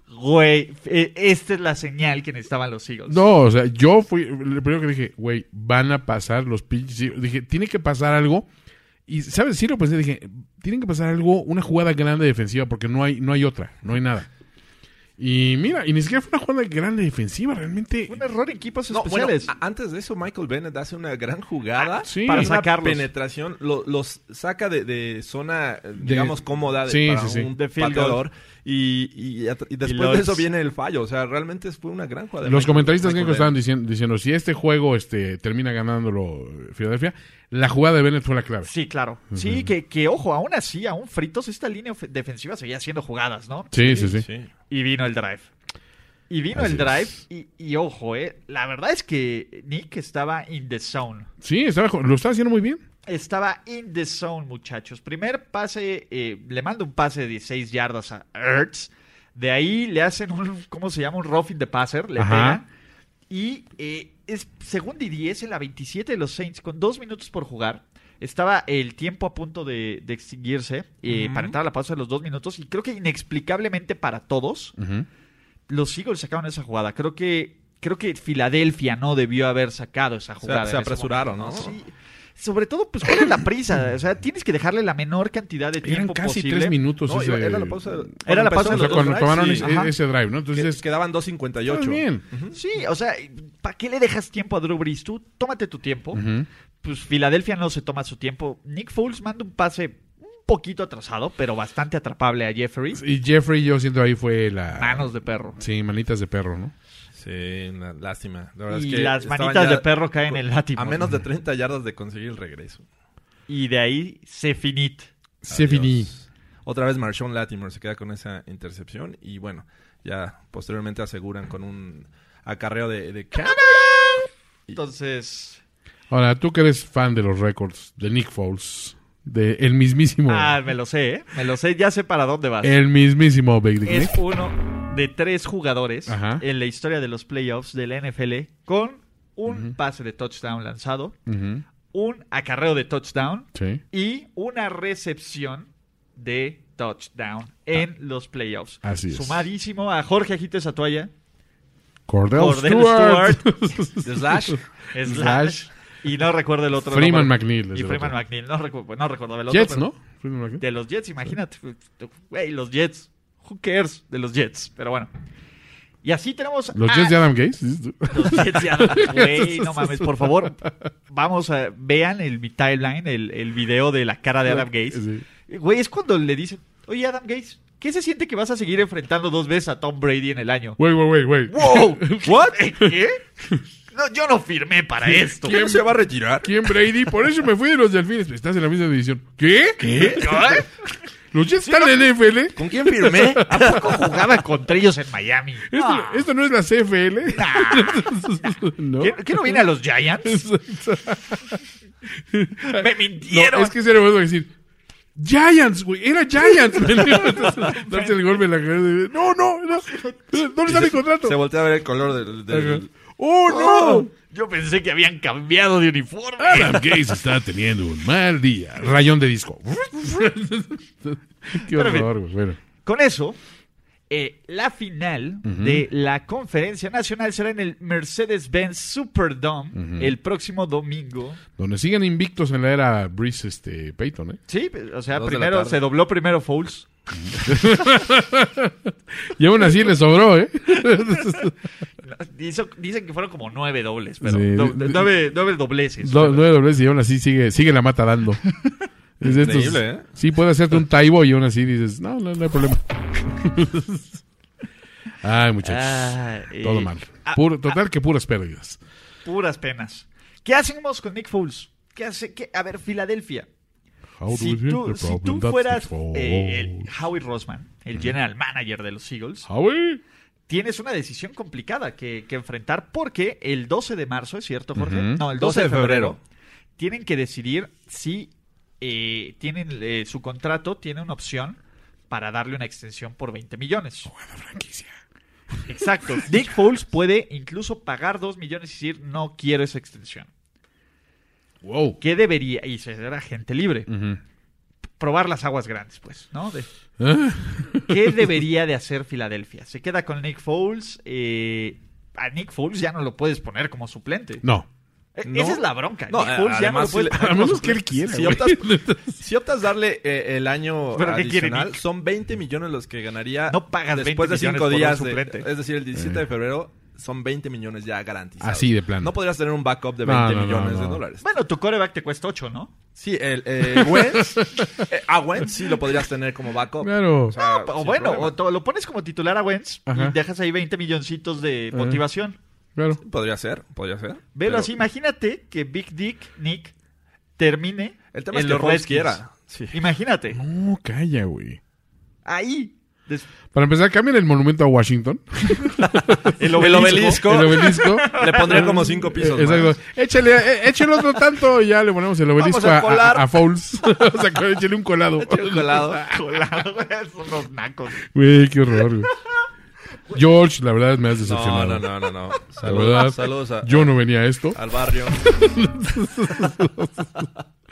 güey, eh, esta es la señal que necesitaban los Eagles?
No, o sea, yo fui, lo primero que dije, güey, van a pasar los pinches. Eagles. Dije, tiene que pasar algo. Y, ¿sabes? Sí lo pensé, dije, tienen que pasar algo, una jugada grande defensiva, porque no hay, no hay otra, no hay nada. Y mira, y ni siquiera fue una jugada grande defensiva, realmente.
Un error en equipos
No, bueno,
especiales.
a- antes de eso, Michael Bennett hace una gran jugada
sí.
para
Para
sacar
sacarlos.
penetración. lo- los saca de, de zona, eh, digamos, cómoda de,
sí,
para
sí, sí.
un
De field goal.
pateador. Y, y at- y después
los-
de eso viene el fallo. O sea, realmente fue una gran jugada. de
Los
Michael-
comentaristas que
Michael
estaban
Bennett.
diciendo, diciendo, si este juego este, termina ganándolo eh, Filadelfia, la jugada de Bennett fue la clave.
Sí, claro. Sí, que, que ojo, aún así, aún fritos, esta línea of- defensiva seguía haciendo jugadas, ¿no?
Sí, sí, sí.
Sí.
Y vino el drive. Y vino
Así
el drive,
es.
y, y ojo, eh. La verdad es que Nick estaba in the zone.
Sí, estaba, lo estaba haciendo muy bien.
Estaba in the zone, muchachos. Primer pase, eh, le manda un pase de 16 yardas a Ertz. De ahí le hacen un, ¿cómo se llama? Un roughing de passer, le
Ajá.
pegan. Y eh, es segunda y 10 en la 27 de los Saints, con dos minutos por jugar. Estaba el tiempo a punto de, de extinguirse eh, para entrar a la pausa de los dos minutos. Y creo que inexplicablemente para todos,
Ujú.
los Eagles sacaron esa jugada. Creo que creo que Filadelfia no debió haber sacado esa jugada.
se
en ese
apresuraron,
momento,
¿no?
Sí. Sobre todo, pues, ¿cuál es la prisa? O sea, tienes que dejarle la menor cantidad de tiempo
Eran casi
posible.
tres minutos.
No,
ese-
iba- era la pausa. de-
Era la pausa
cuando empezó
de
O sea,
los
los
cuando
drives,
tomaron
sí.
ese,
Ajá.
ese drive, ¿no? Entonces,
Que- quedaban
estaba
2.58.
bien.
Sí, o sea, ¿para qué le dejas tiempo a Drew Brees? Tú tómate tu tiempo.
Ujú.
Pues Filadelfia no se toma su tiempo. Nick Foles manda un pase un poquito atrasado, pero bastante atrapable a Jeffrey.
Y Jeffrey, yo siento ahí fue la.
Manos de perro.
Sí, manitas de perro, ¿no?
Sí, una lástima. La verdad
Y
es que
las
estaban
manitas
ya
de perro caen en el látigo.
A menos de 30 yardas de conseguir el regreso.
Y de ahí se finit.
Se finí.
Adiós. Otra vez Marshawn Latimer se queda con esa intercepción y bueno, ya posteriormente aseguran con un acarreo de, de Cam.
Entonces,
Ahora, tú que eres fan de los récords de Nick Foles, de el mismísimo.
Ah, me lo sé, ¿eh? Me lo sé, ya sé para dónde vas.
el mismísimo Big Dick
Es
Nick.
uno de tres jugadores
Ajá.
en la historia de los playoffs de la NFL con un pase de touchdown lanzado,
Ujú,
un acarreo de touchdown
Sí.
y una recepción de touchdown en los playoffs.
Ah. Así es.
Sumadísimo a Jorge Ajites Atoya,
Cordell,
Cordell
Stewart. [LAUGHS]
Slash.
slash,
Slash.
y no recuerdo el otro.
Freeman
nombre.
McNeil. es
Y
el
Freeman
otro.
McNeil, no, recu- no recordaba el otro.
Jets,
pero-
¿no? Freeman McNeil.
De los Jets, imagínate. Güey, los Jets. Who cares de los Jets? Pero bueno. Y así tenemos
Los
a-
Jets de Adam Gates. dices tú.
Los Jets de Adam. Güey, no mames, por favor. Vamos a... Vean el mi timeline, el, el video de la cara de Adam Gates.
Sí.
Güey, es cuando le dicen, oye, Adam Gates, ¿qué se siente que vas a seguir enfrentando dos veces a Tom Brady en el año?
Güey, güey, güey, güey.
¡Wow! [LAUGHS] ¿What? ¿Qué? No, yo no firmé para esto.
¿Quién se va a retirar?
¿Quién Brady? Por eso me fui de los Delfines. Estás en la misma división. ¿Qué? ¿Qué?
¿Yo?
¿Los Jets están en la NFL?
¿Con
[LAUGHS]
quién firmé?
¿A poco jugaba contra ellos en Miami?
Esto,
Ah.
esto no es la CFL. no. [LAUGHS]
¿Qué, qué no viene a los Giants?
Exacto.
Me
No,
mintieron.
es que sería bueno decir, Giants, güey, era Giants. [LAUGHS] ¿me entiendes? Entonces, Darse el golpe en la cabeza. y, No, no, no. ¿Dónde está mi contrato?
Se voltea a ver el color del. del-
Ajá. ¡Oh, no!
Yo pensé que habían cambiado de uniforme.
Adam Gates está teniendo un mal día. Rayón de disco. [LAUGHS] Qué
Pero, en fin.
horror, güey. Bueno.
Con eso, eh, la final de la conferencia nacional será en el Mercedes-Benz Superdome el próximo domingo.
Donde siguen invictos en la era Breeze este, Payton, ¿eh?
Sí, o sea,
Dos de la
primero
tarde.
se dobló primero Fouls.
Y aún así le sobró, ¿eh?
Hizo- dicen que fueron como nueve dobles, pero
Sí.
do- nueve, nueve dobleces.
Do- Nueve dobles y aún así sigue, sigue la mata
[LAUGHS]
dando. Es de estos-
Increíble, ¿eh?
Sí, puede hacerte un taibo y aún así dices, no, no, no
[LAUGHS]
hay problema. Ay, muchachos.
Ah, y-
todo mal.
Ah,
Puro- total que puras pérdidas.
puras penas. ¿Qué hacemos con Nick Foles? ¿Qué hace? qué- A ver, Filadelfia.
How do
Si
we
tú,
handle
si
problem?
tú
That's
fueras
the fault.
eh, el Howie Roseman, el general manager de los Eagles,
Howie.
tienes una decisión complicada que, que enfrentar porque el 12 de marzo, ¿es cierto, Jorge?
Ujú.
No, el 12, de febrero, Tienen que decidir si eh, tienen eh, su contrato tiene una opción para darle una extensión por 20 millones.
Buena franquicia.
Exacto. Nick Foles puede incluso pagar 2 millones y decir, no quiero esa extensión.
Wow.
¿Qué debería? Y será gente libre.
Ujú.
Probar las aguas grandes, pues, ¿no?
[LAUGHS]
De-
Ah.
¿Qué debería de hacer Filadelfia? Se queda con Nick Foles. eh, a Nick Foles ya no lo puedes poner como suplente.
No.
E-
No.
Esa es la bronca.
No,
Nick Foles ya no lo
[LAUGHS] además,
puedes
si le-
poner
A
como
menos que él
suplente.
quiera.
Si
güey. [LAUGHS]
optas, [LAUGHS] si optas darle eh, el año
¿Pero qué quiere
adicional,
Nick?
son 20 millones los que ganaría
No pagas
después
20
de
millones
5
por un
días. de-
suplente.
es decir, el 17 de febrero son 20 millones ya garantizados.
Eh. Así de plano.
No podrías tener un backup de
No,
20
no, no,
millones
no.
de dólares.
Bueno, tu coreback te cuesta 8, ¿no?
Sí, el eh, Wentz,
[LAUGHS]
eh, a Wentz sí lo podrías tener como backup.
Claro.
sea,
o
sin
bueno,
problema.
o to- lo pones como titular a Wentz
Ajá.
y dejas ahí 20 milloncitos de
Ajá.
motivación.
Claro.
Podría ser, podría ser.
Velo
Pero
así. Imagínate que Big Dick Nick termine
El tema es
en
que
los
Foles
Redskins.
quiera. Sí.
Imagínate.
No, calla, güey.
Ahí.
[LAUGHS]
des-
Para empezar, cambian el monumento a Washington.
El
El
obelisco.
obelisco.
El obelisco.
Le pondría como cinco pisos.
Eh, Exacto.
más.
Échale, eh, échale otro tanto y ya le ponemos el obelisco
Vamos a
a, a,
colar.
a Fouls. [LAUGHS] o sea, que échale un colado.
Tiene
[LAUGHS]
un colado.
Colado, güey, Son unos nacos.
Güey, qué horror, güey. George, la verdad me has
No,
decepcionado.
no, no, no, no.
La verdad,
Saludos, saludos a-
Yo no venía a esto. [LAUGHS]
al barrio.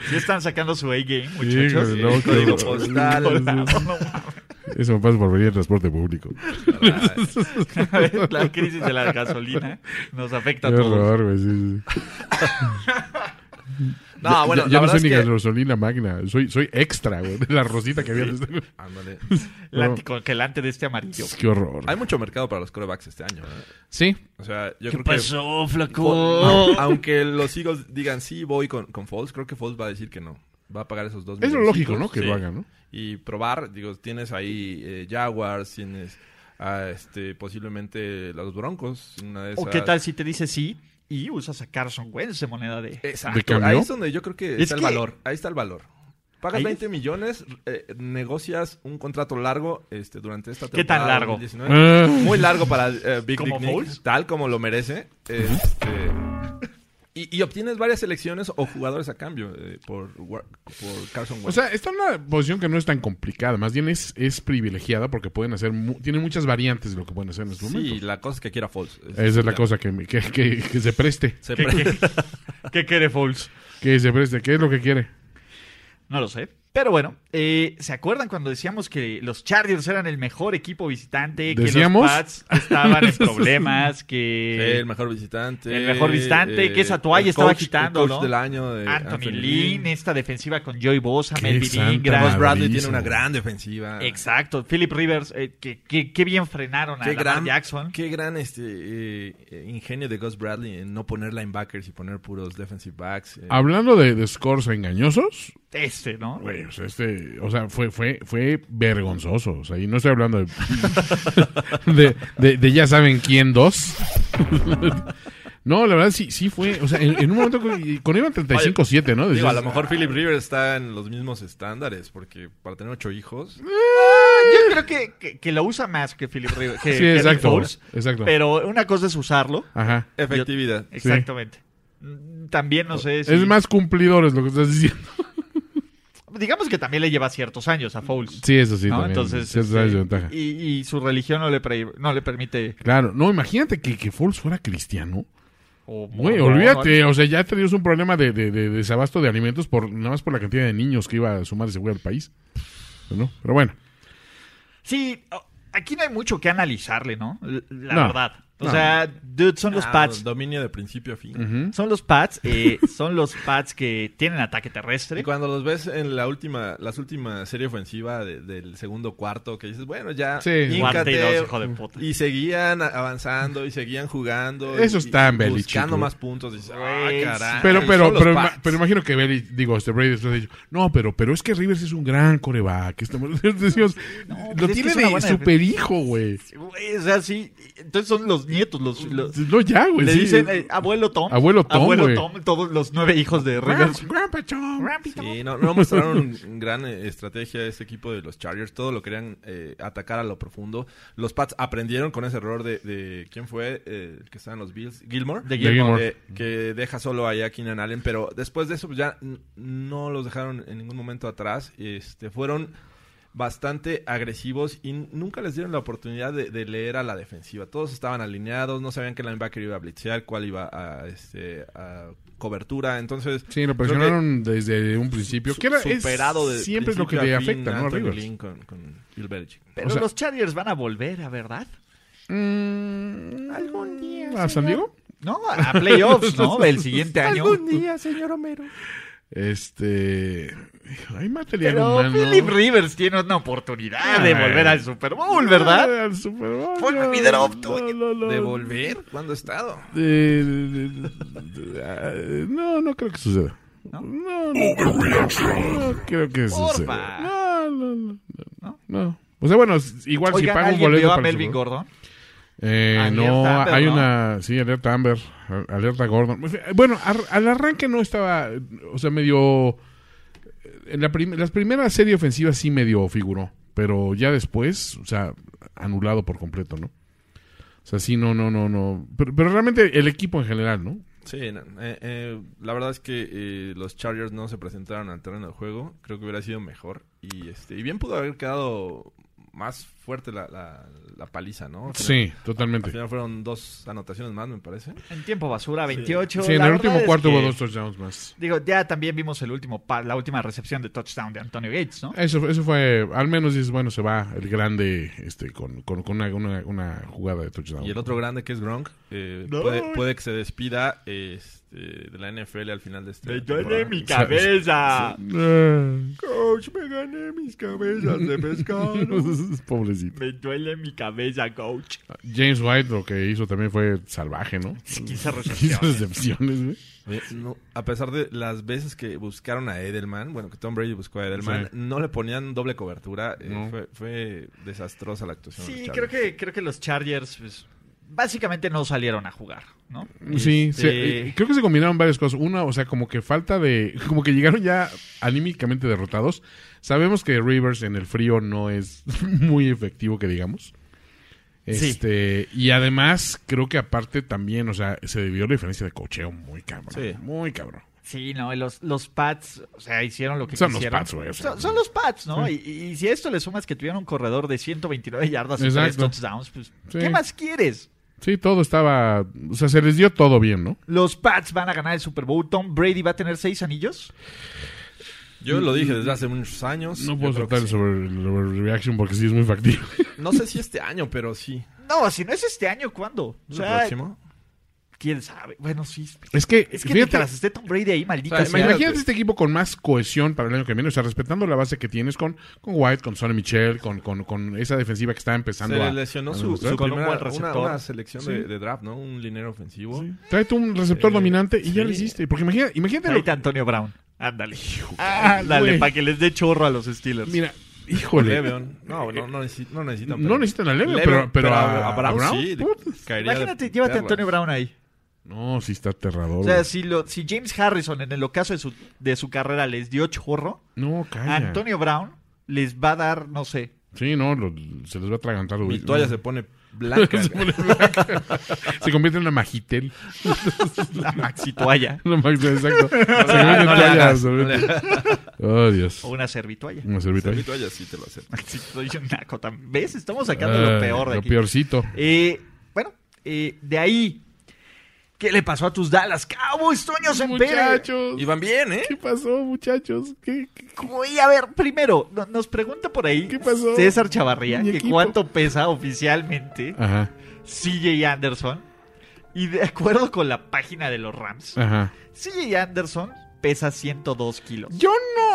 Sí están sacando su A-game,
Sí,
muchachos.
güey, no,
el código
qué horror.
postal.
Eso me pasa por venir en transporte
[LAUGHS]
público.
la crisis de la gasolina nos afecta
Qué
a todos.
horror, güey. sí, sí.
No, Ah, bueno,
ya, ya no
la verdad
soy
es
ni
que-
gasolina magna. Soy, soy extra, güey. De la rosita que había. [LAUGHS]
Ándale.
La anticongelante de este amarillo.
Qué horror.
Hay mucho mercado para los corebacks este año. ¿eh?
Sí.
O sea, yo
¿Qué
creo
pasó,
que.
flaco?
Fo- Aunque los Eagles digan sí, voy con, con Foles, creo que Foles va a decir que no. Va a pagar esos dos
Es lo
milloncitos,
lógico, ¿no? Que
sí.
lo hagan, ¿no?
Y probar, digo, tienes ahí eh, Jaguars, tienes a, este, posiblemente los Broncos. Una de
¿O
esas.
qué tal si te dice sí y usas a Carson Wentz de moneda de...
¿De
Exacto.
cambio?
Ahí es donde yo creo que
Es
está el
que-
valor. Ahí está el valor. Pagas
Ahí-
20 millones, eh, negocias un contrato largo este, durante esta temporada.
¿Qué tan largo?
2019.
Ah.
Muy largo para eh, Big
¿Como
Dick Nick,
Foles?
tal como lo merece. Este, y, y obtienes varias selecciones o jugadores a cambio eh, por, Wa- por Carson Wentz.
O sea, está en una posición que no es tan complicada, más bien es, es privilegiada porque pueden hacer, mu- tienen muchas variantes de lo que pueden hacer en este
sí,
momento.
la cosa es que quiera Foles.
Esa es la cosa que, me- que, que- que se preste,
Se
¿Qué, [LAUGHS]
pre-
qué- qué quiere Foles?
que se preste, que es lo que quiere.
No lo sé. Pero bueno, eh, ¿se acuerdan cuando decíamos que los Chargers eran el mejor equipo visitante?
¿Decíamos?
Que los Pats estaban
[LAUGHS]
en problemas, que...
El mejor visitante. eh,
El mejor visitante, que esa toalla
el
estaba
coach-
quitando,
el coach
¿no?
del año de
Anthony Lynn, esta defensiva con Joey Bosa,
eh, Qué
Melvin
santa
Ross
Ingram.
madre.
Bradley tiene
Bravísimo.
una gran defensiva.
Exacto, Philip Rivers, eh, que, que- que bien frenaron a
Qué
Lamar
gran,
Jackson.
qué gran este, eh, eh, ingenio de Gus Bradley en no poner linebackers y poner puros defensive backs. eh.
Hablando de, de scores engañosos,
Este, ¿no?
güey, o sea, este, o sea, fue, fue, fue vergonzoso. O sea, y no estoy hablando de, [LAUGHS] de, de- de ya saben quién dos. [LAUGHS] No, la verdad sí, sí fue. O sea, en, en un momento con, con iban 35-7, ¿no?
Digo, a lo
Decías,
mejor Philip Rivers está en los mismos estándares, porque para tener ocho hijos,
Yo creo que, que, que lo usa más que Philip Rivers. Que,
Sí,
que Nick
exacto.
Foles,
exacto.
Pero una cosa es usarlo.
Ajá.
efectividad.
Exactamente. Mm, También no sé si...
Es más cumplidor es lo que estás diciendo.
digamos que también le lleva ciertos años a Foles.
Sí, eso sí,
¿no?
también.
Entonces,
Sí, esa es
este,
la ventaja.
y, y su religión no le, pre- no le permite...
Claro, no, imagínate que, que Foles fuera cristiano.
o-
Güey,
o- o-
olvídate, o sea, ya tenías un problema de, de- de desabasto de alimentos por nada más por la cantidad de niños que iba a sumarse, güey, al país. ¿No? Pero bueno,
Sí, o- aquí no hay mucho que analizarle, ¿no? L- La
No,
verdad. O
no.
sea, dude, son los
Ah,
Pats.
Dominio de principio a fin.
Son los Pats, [LAUGHS] eh, son los Pats que tienen ataque terrestre.
Y cuando los ves en la última, las últimas serie ofensiva de- del segundo cuarto, que dices, bueno, ya
Sí.
Cuarta y dos,
híncate.
hijo de puta.
Y seguían a- avanzando y seguían jugando.
Eso
y-
está
y
en Belichick,
Buscando
güey.
más puntos. Dices, ah,
Güey,
caray.
pero, pero,
son los
pero,
Pats.
ima- pero imagino que Beli, digo, este Brady después ha dicho, no, pero, pero es que Rivers es un gran coreback. este, [LAUGHS] estamos- decimos,
pues
lo
es que
tiene
es una
de
buena
super hijo, güey.
Güey, o sea, sí. Entonces son los nietos, los... los-
No, ya, güey.
le
sí.
dicen eh, abuelo Tom.
Abuelo Tom, güey. Ah,
todos los nueve hijos de Rivers.
Gran- gran pachón.
Sí, no,
[LAUGHS]
no mostraron gran eh, estrategia este equipo de los Chargers. Todo lo querían eh, atacar a lo profundo. Los Pats aprendieron con ese error de, de- ¿quién fue? Eh, el que estaban los Bills. Gilmore.
De
Gilmore. Gilmore.
Eh, que deja solo ahí a Keenan Allen. Pero después de eso pues, ya n- no los dejaron en ningún momento atrás. Este, fueron bastante agresivos y n- nunca les dieron la oportunidad de, de leer a la defensiva. Todos estaban alineados, no sabían qué linebacker iba a blitzear, cuál iba a, este, a cobertura. Entonces,
Sí, lo
creo que-
presionaron desde un principio. Que era, es-
superado de
siempre es lo que le
principio a fin
afecta, ¿no? A
Anthony
Rivers.
Lynn con, con Bill Belichick.
Pero
O sea-
los Chargers van a volver, ¿a verdad?
Mm, Algún día. ¿A San Diego?
No,
[LAUGHS]
a playoffs, ¿no? El siguiente año.
día, señor Homero.
Este. hijo, Hay material
Pero
humano.
Philip Rivers tiene una oportunidad de
Ay.
volver al Super Bowl, ¿verdad?
Ah, al Super Bowl.
Fue
No,
mi drop,
no,
oye,
no, no.
¿De volver? ¿Cuándo ha estado?
Eh, de- de- de- ah, No, no creo que suceda. No, no, no, no creo que suceda.
Porfa.
No, no, no, no, no. O sea, bueno, s- igual si
Oigan,
pago un
¿alguien
boleto
vio a
para el
Melvin
Super Bowl.
Gordon?
Eh,
Alerta
no,
Amber,
hay
¿no?
una, sí, alerta Amber, a- alerta Gordon. Pues, eh, Bueno, ar- al arranque no estaba, o sea, medio, eh, en la prim- las primeras serie ofensiva sí medio figuró, pero ya después, o sea, anulado por completo, ¿no? O sea, sí, no, no, no, no. Pero, pero realmente el equipo en general, ¿no?
Sí, no, eh, eh, la verdad es que eh, los Chargers no se presentaron al terreno de juego. Creo que hubiera sido mejor. Y este y bien pudo haber quedado más fuerte la, la- la paliza, ¿no? Al final-
Sí,
Al
totalmente.
final fueron dos anotaciones más, me parece.
En tiempo basura, 28.
Sí, en
La
el
verdad
último
es
cuarto
que-
hubo dos touchdowns más.
Digo, ya también vimos el último pa- la última recepción de touchdown de Antonio Gates, ¿no?
Eso, eso fue, al menos dices, bueno, se va el grande este con, con, con una, una, una jugada de touchdown. [LAUGHS]
Y el otro grande que es Gronk, eh,
No.
puede, puede que se despida este, de la NFL al final de este
Me
temporada.
duele mi cabeza.
Eh.
Coach, me gané mis cabezas de pescado.
Pobrecito.
Me duele mi cabeza, coach.
James White lo que hizo también fue salvaje, ¿no?
15
[LAUGHS] Hizo
recepciones.
decepciones, güey.
Oye, no, a pesar de las veces que buscaron a Edelman, bueno, que Tom Brady buscó a Edelman,
Sí.
no le ponían doble cobertura. eh,
No.
fue, fue desastrosa la actuación.
Sí,
de
creo
Chargers.
que, creo que los Chargers, pues, básicamente no salieron a jugar, ¿no?
Sí,
Este,
se- eh, creo que se combinaron varias cosas. Una, o sea, como que falta de. Como que llegaron ya anímicamente derrotados. Sabemos que Rivers en el frío no es [LAUGHS] muy efectivo, que digamos.
Sí.
Este, Y además, creo que aparte también, o sea, se debió la diferencia de cocheo muy cabrón.
Sí.
Muy cabrón.
Sí, no, y los, los Pats, o sea, hicieron lo que
Son los
quisieron.
Pats, güey, o sea.
son, son los Pats, ¿no? Y, y- y si a esto le sumas que tuvieron un corredor de 129 yardas y
Exacto.
tres touchdowns, pues,
Sí.
¿qué más quieres?
Sí, todo estaba. O sea, se les dio todo bien, ¿no?
Los Pats van a ganar el Super Bowl. Tom Brady va a tener seis anillos.
Yo lo dije desde hace muchos años.
Mm, No
Yo
puedo
creo que
tratar
sí.
sobre el overreaction porque sí es muy factible.
No sé si este año, pero sí.
No, si no es este año, ¿cuándo? O
¿El
sea,
próximo?
quién sabe. Bueno, sí.
Es que,
Es que
fíjate,
mientras esté Tom Brady ahí, maldita
O sea,
sea.
imagínate
Imagínate.
este equipo con más cohesión para el año que viene, o sea, respetando la base que tienes con, con White, con Sonny Michel, con, con, con esa defensiva que está
Se
empezando
le
a...
lesionó
a
su,
demostrar.
su
Con un
primera-
buen receptor.
una, una selección de,
Sí.
de draft, ¿no? Un linero ofensivo.
Trae tú un receptor
Eh,
dominante y ya lo
sí.
hiciste. Porque imagina- imagínate... lo-
Ahorita Antonio Brown. Ándale. Ándale,
güey.
para que les dé chorro a los Steelers.
Mira, híjole.
Le'Veon. No, no, no, necesi- no necesitan.
eh, No
pero-
necesitan a Le'Veon, pero,
Le'Veon,
pero a,
Brown,
a Brown,
sí, de-
puta.
caería de
Imagínate, llévate a
perlas.
Antonio Brown ahí.
No, sí está aterrador.
O sea,
güey.
si, lo, si James Harrison en el ocaso de su, de su carrera les dio chorro,
No, calla.
Antonio Brown les va a dar, no sé.
Sí, no, lo- [LAUGHS] se les va a atragantar. güey.
Mi toalla se pone
[LAUGHS]
blanca.
Se pone
güey.
blanca. Se convierte en una majitel. [LAUGHS]
La maxi toalla
Una majitel, exacto. Se
No le
convierte en
hagas, no le [LAUGHS]
toalla
hagas, no le
absoluta.
hagas.
Oh, Dios.
o una servitoalla.
Una
Te
servita.
invito a ella, sí te lo acepto.
Maxi toalla, una cota. ¿Ves? Estamos sacando lo peor de
Eh, lo
aquí.
peorcito.
Eh, bueno, eh, de ahí. ¿Qué le pasó a tus Dallas Cowboys, Toño Sempere?
Muchachos.
Y van bien, ¿eh?
¿Qué pasó, muchachos? ¿Qué, qué-
Oye, a ver, primero, no- nos pregunta por ahí
¿Qué pasó?
César Chavarría
Mi
que
equipo.
cuánto pesa oficialmente
Ajá,
CJ Anderson. Y de acuerdo con la página de los Rams,
ajá.
CJ Anderson pesa 102 kilos.
Yo no.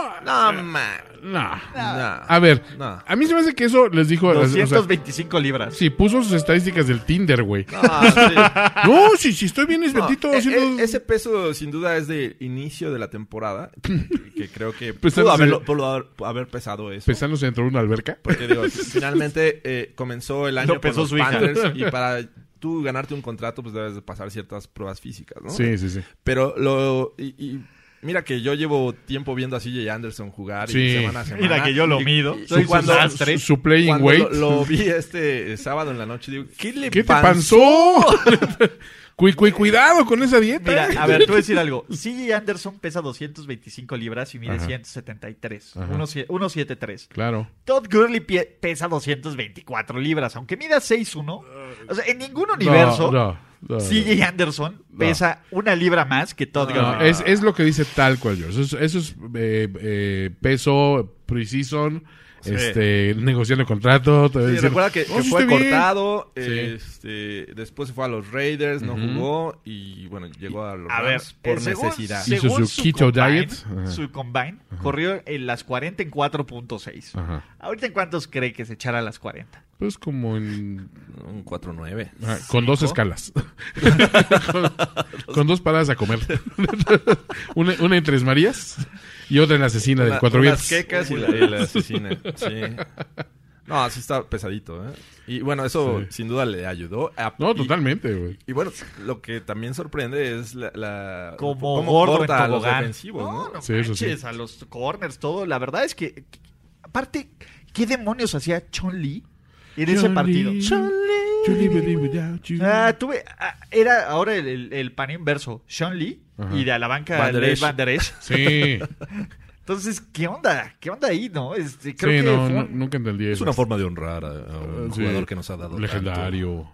No, man.
No.
No.
A ver,
No.
a mí se me hace que eso les dijo. o sea,
225 libras.
Sí, puso sus estadísticas del Tinder,
[LAUGHS]
güey. [LAUGHS]
No, sí.
No, si, si estoy bien, es bendito.
No, e-
haciendo-
e- ese peso sin duda es de inicio de
[LAUGHS]
la temporada, que que creo que
Pesando-
pudo, haberlo- pudo haber, haber pesado eso.
Pesándose dentro de una alberca. [LAUGHS]
Porque digo, finalmente eh, comenzó el
Lo
año con
pesó
los
su hija.
Panthers
[LAUGHS]
y para tú ganarte un contrato pues debes de pasar ciertas pruebas físicas, ¿no?
Sí, sí, sí.
Pero lo... y- y mira que yo llevo tiempo viendo a CJ Anderson jugar y
Sí.
semana a
[LAUGHS]
semana.
Mira que yo lo
Y-
mido.
y-
Soy
y cuando,
su sastre.
Su, su playing
cuando
weight.
lo, lo vi este sábado en la noche digo, ¿qué le
¿Qué te
pasó?
pasó? [LAUGHS] Cu- cu- cuidado con esa dieta.
Mira,
eh.
a ver, te voy a decir
[LAUGHS]
algo. CJ Anderson pesa 225 libras y mide
Ajá.
173.
Ajá.
1.7- 173.
Claro.
Todd Gurley pie- pesa 224 libras, aunque mida 6'1. O sea, en ningún universo,
No, no, no.
CJ Anderson pesa una libra más que Todd
No,
Gurley.
es, es lo que dice tal cual, George. Eso es, eso es, eh, eh, peso, precision, este, negociando contrato. te voy a
Sí,
decir,
recuerda que,
"No,
que
sí
fue
estoy bien".
cortado,
Sí.
este, después se fue a los Raiders, no jugó y bueno, llegó a los
A ver,
Rams por
eh, según-
necesidad.
Hizo
según
su keto
combine,
diet. Ajá.
Su combine corrió en las 40 en 4.6.
Ajá.
¿Ahorita en cuántos cree que se echara a las 40?
Pues como en.
Un 4-9.
ah, con dos
[LAUGHS]
escalas. con, con dos paradas a comer. [LAUGHS] una, una en Tres Marías y otra en la asesina del
Una-
Cuatro Vientos.
unas quecas y la, y la asesina. Sí. No, así está pesadito, ¿eh? Y bueno, eso
Sí.
sin duda le ayudó. a-
No,
y-
totalmente, güey.
Y bueno, lo que también sorprende es la, la
Como
cómo
gordo
corta
en
a los
tobogán.
defensivos, ¿no?
No
Sí, eso sí.
manches, a los corners, todo. La verdad es que, que- aparte, ¿qué demonios hacía Chun Lee en ese
Chun-Li.
partido?
Chun-Li, baby, without you.
Ah, tuve. ah, era ahora el, el, el pan inverso. Sean Lee
Ajá.
y de a la banca
Van der
Lev
Esch.
Van Der Esch.
[LAUGHS]
Sí,
Entonces, ¿qué onda? ¿Qué onda ahí, no? Este, creo
sí
que
no,
fue
no-
un-
nunca entendí eso.
forma de honrar a, a un
Sí. Legendario.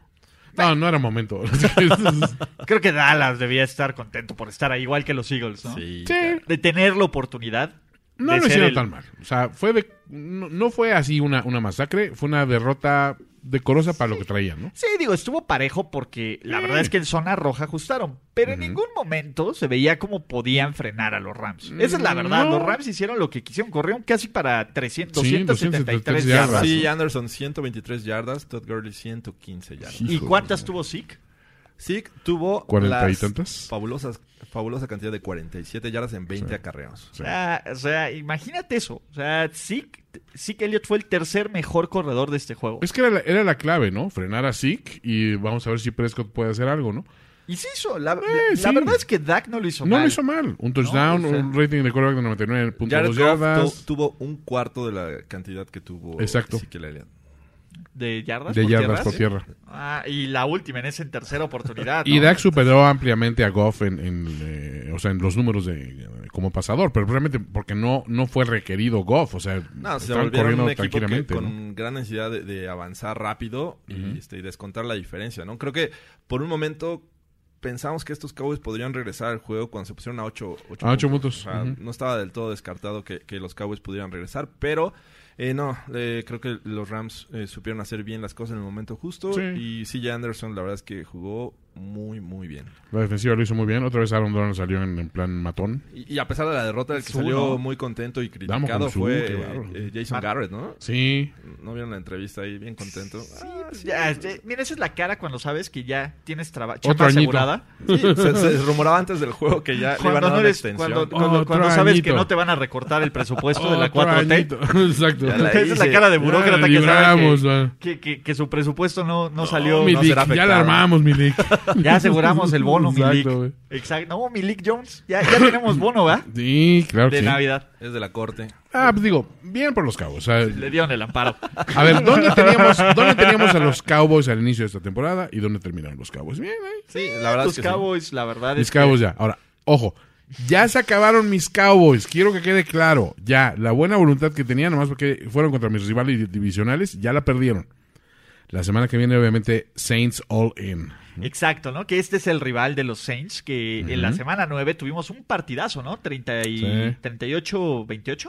No, no era momento. [LAUGHS]
creo que Dallas debía estar contento por estar ahí, igual que los Eagles, ¿no?
tanto. Sí.
sí,
De tener la oportunidad.
no
de
lo
ser
hicieron
el-
tan mal. O sea, fue de, no, no fue así una, una masacre, fue una derrota decorosa para lo que traían, ¿no?
Sí, digo, estuvo parejo porque la verdad es que en zona roja ajustaron, pero en ningún momento se veía cómo podían frenar a los Rams. Esa es la verdad,
Mm, No.
los Rams hicieron lo que quisieron, corrieron casi para 300,
Sí,
273
273
yardas.
yardas.
Sí, Anderson 123 yardas, Todd Gurley 115 yardas.
¿Y cuántas tuvo Zeke?
Zeke tuvo
¿Cuarenta y
las
tantas?
Fabulosas, fabulosa cantidad de 47 yardas en 20 acarreos.
Sí.
O sea, o sea, imagínate eso. O sea, Zeke, Zeke Elliott fue el tercer mejor corredor de este juego.
Es que era la, era la clave, ¿no? Frenar a Zeke y vamos a ver si Prescott puede hacer algo, ¿no?
Y sí hizo. La, la-
Eh,
la
sí.
verdad es que Dak no lo hizo
no
mal.
lo hizo mal. Un touchdown,
No, o sea-
un rating de quarterback de 99.2
Jared Goff
yardas.
tu- tuvo un cuarto de la cantidad que tuvo
Exacto.
Ezekiel Elliott.
De yardas
De
por
yardas
tierra.
por tierra.
Ah, y la última en esa en tercera
Ah,
oportunidad.
[LAUGHS] Y
¿no?
Dak superó ampliamente a Goff en, en, eh, o sea, en los números de eh, como pasador, pero realmente porque no, no fue requerido Goff, o sea,
No, se
estaban
volvieron
corriendo
un equipo que-
tranquilamente. ¿no?
con gran necesidad de, de avanzar rápido y, este, y descontar la diferencia, ¿no? Creo que por un momento pensamos que estos Cowboys podrían regresar al juego cuando se pusieron a 8
A Ah, ocho puntos,
O sea,
ujú.
No estaba del todo descartado que, que los Cowboys pudieran regresar, pero eh, no, eh, creo que los Rams eh, supieron hacer bien las cosas en el momento justo
Sí.
y CJ Anderson la verdad es que jugó muy, muy bien.
La defensiva lo hizo muy bien. Otra vez Aaron Donald salió en, en plan matón.
Y, y a pesar de la derrota, el que
Su,
salió
¿no?
muy contento y
con
criticado
su,
fue
qué
eh,
bárbaro.
eh, Jason
Mar-
Garrett, ¿no?
Sí,
¿No vieron la entrevista ahí? Bien contento. Ah, sí.
Ya, este, mira, esa es la cara cuando sabes que ya tienes trabajo
Otro añito.
asegurada.
Sí, se, se rumoraba antes del juego que ya le iban
Cuando,
a dar
no
una
eres-
extensión.
cuando, cuando- cuando
Otro
sabes que
añito.
no te van a recortar el presupuesto de la
Otro
4T.
añito. [LAUGHS] Exacto.
Ya la-
Esa es la
hice.
cara de
Ya
burócrata
la
que sabe
libramos,
que-
va.
que, que- que su presupuesto no, no salió.
Milik,
será
ya
afectado.
la armamos, Milik.
[LAUGHS] Ya aseguramos el bono,
Exacto,
Milik.
güey.
Exacto. No, Milik Jones. Ya, ya tenemos bono, ¿va?
Sí, claro que
De
sí.
Navidad.
Es de la corte.
Ah, pues digo, bien por los Cowboys. o sea,
Le dieron el amparo.
a ver, ¿dónde teníamos, ¿dónde teníamos a los Cowboys al inicio de esta temporada y dónde terminaron los Cowboys? Bien, ahí.
[LAUGHS] Sí, la verdad
Tus
es que sí.
Cowboys, la verdad
Mis
es que-
Cowboys ya. Ahora, ojo, ya se acabaron mis Cowboys. Quiero que quede claro. Ya, la buena voluntad que tenían, nomás porque fueron contra mis rivales di- divisionales, ya la perdieron. La semana que viene, obviamente, Saints All In.
Exacto, ¿no? Que este es el rival de los Saints, que en la semana 9 tuvimos un partidazo, ¿no? 30 y...
Sí.
38-28.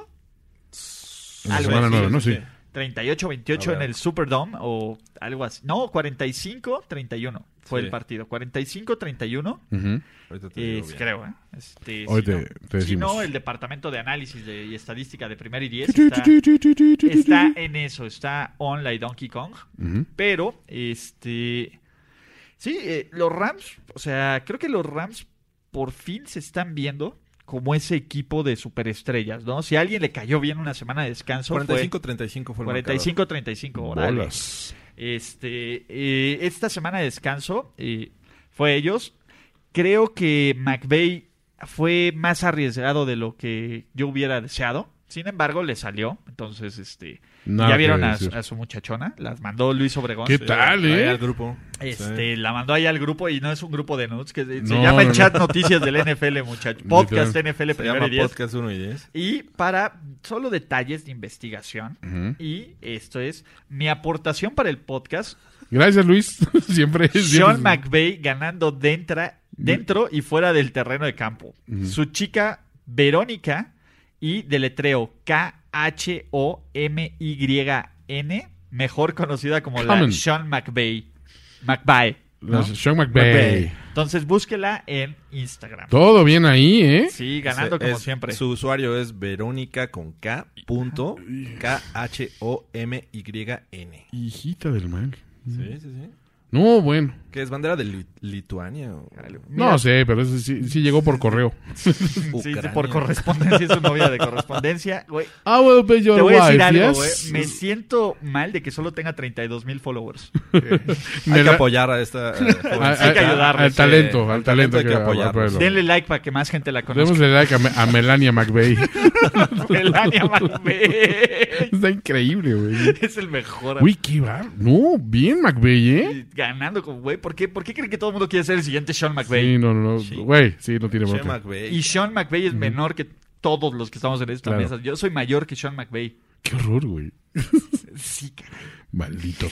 En la
Algo
semana
así,
9, ¿no? Sí.
38-28 en el Superdome o algo así. No, 45-31 fue
Sí.
el partido. 45-31,
Ujú.
Ahorita te digo
es-
bien.
creo. ¿eh? Este,
Hoy
si
te-
no-
te
si no,
decimos.
el Departamento de Análisis de- y Estadística de Primera y 10 está, está en eso, está on like Donkey Kong.
Ujú.
Pero, este. Sí, eh, los Rams, o sea, creo que los Rams por fin se están viendo como ese equipo de superestrellas, ¿no? Si a alguien le cayó bien una semana de descanso, fue
45-35 fue el 45.
45-35 órale.
Bolas.
Este, eh, esta semana de descanso eh, fue ellos. Creo que McVeigh fue más arriesgado de lo que yo hubiera deseado. Sin embargo, le salió. Entonces, este,
Nada
ya
que
vieron a,
decir.
a su muchachona. Las mandó Luis Obregón.
¿Qué tal, eh?
al grupo.
Este, la mandó ahí al grupo y no es un grupo de nudes, que se, se
No,
llama
no,
el
no.
chat noticias del NFL, muchachos. Podcast NFL
Se
primero
llama
y diez.
Podcast 1 y 10.
Y para solo detalles de investigación,
Ujú.
y esto es mi aportación para el podcast,
Gracias, Luis. [LAUGHS] siempre. siempre-
Sean McVay ganando dentro, dentro y fuera del terreno de campo. Su chica Verónica y deletreo K-H-O-M-Y-N, mejor conocida como la
Common.
Sean McVay. McVay. ¿no?
Los- Sean McVay.
McVay. Entonces búsquela en Instagram.
Todo bien ahí, ¿eh?
Sí, ganando
Ese
como
es-
siempre.
Su usuario es Verónica con K. Punto, K H O M Y N.
Hijita del mal.
Sí, sí, sí.
No, bueno.
Que es bandera de Li- Lituania. o-
Mira,
No sé, pero eso sí, sí llegó por correo.
sí, sí,
Ucrania.
por correspondencia, es su novia de correspondencia. Güey,
I will be your
te voy a decir
wife,
algo, güey.
yes.
Me siento mal de que solo tenga 32 mil followers.
Me
Hay que
la-
apoyar a esta. eh,
a-
jovencita.
[LAUGHS] Pues hay que
a-
ayudarles,
Al talento,
eh,
al talento.
hay que
que-
apoyarlos.
apoyarlo.
Denle like para que más gente la conozca.
Démosle like a, Me- a
[LAUGHS]
Melania McVeigh.
Melania McVeigh.
Está increíble, güey.
es el mejor.
Uy, qué bar. No, bien McVeigh, ¿eh?
Ganando como, güey. ¿Por qué, ¿Por qué creen que todo el mundo quiere ser el siguiente Sean McVay?
Sí, no, no,
Sí.
no. Güey, sí, no tiene
Che
bronca.
McVeigh.
Y Sean McVay es menor que todos los que estamos en esta
Claro.
mesa. Yo soy mayor que Sean McVay.
Qué horror, güey.
Sí, caray.
Maldito.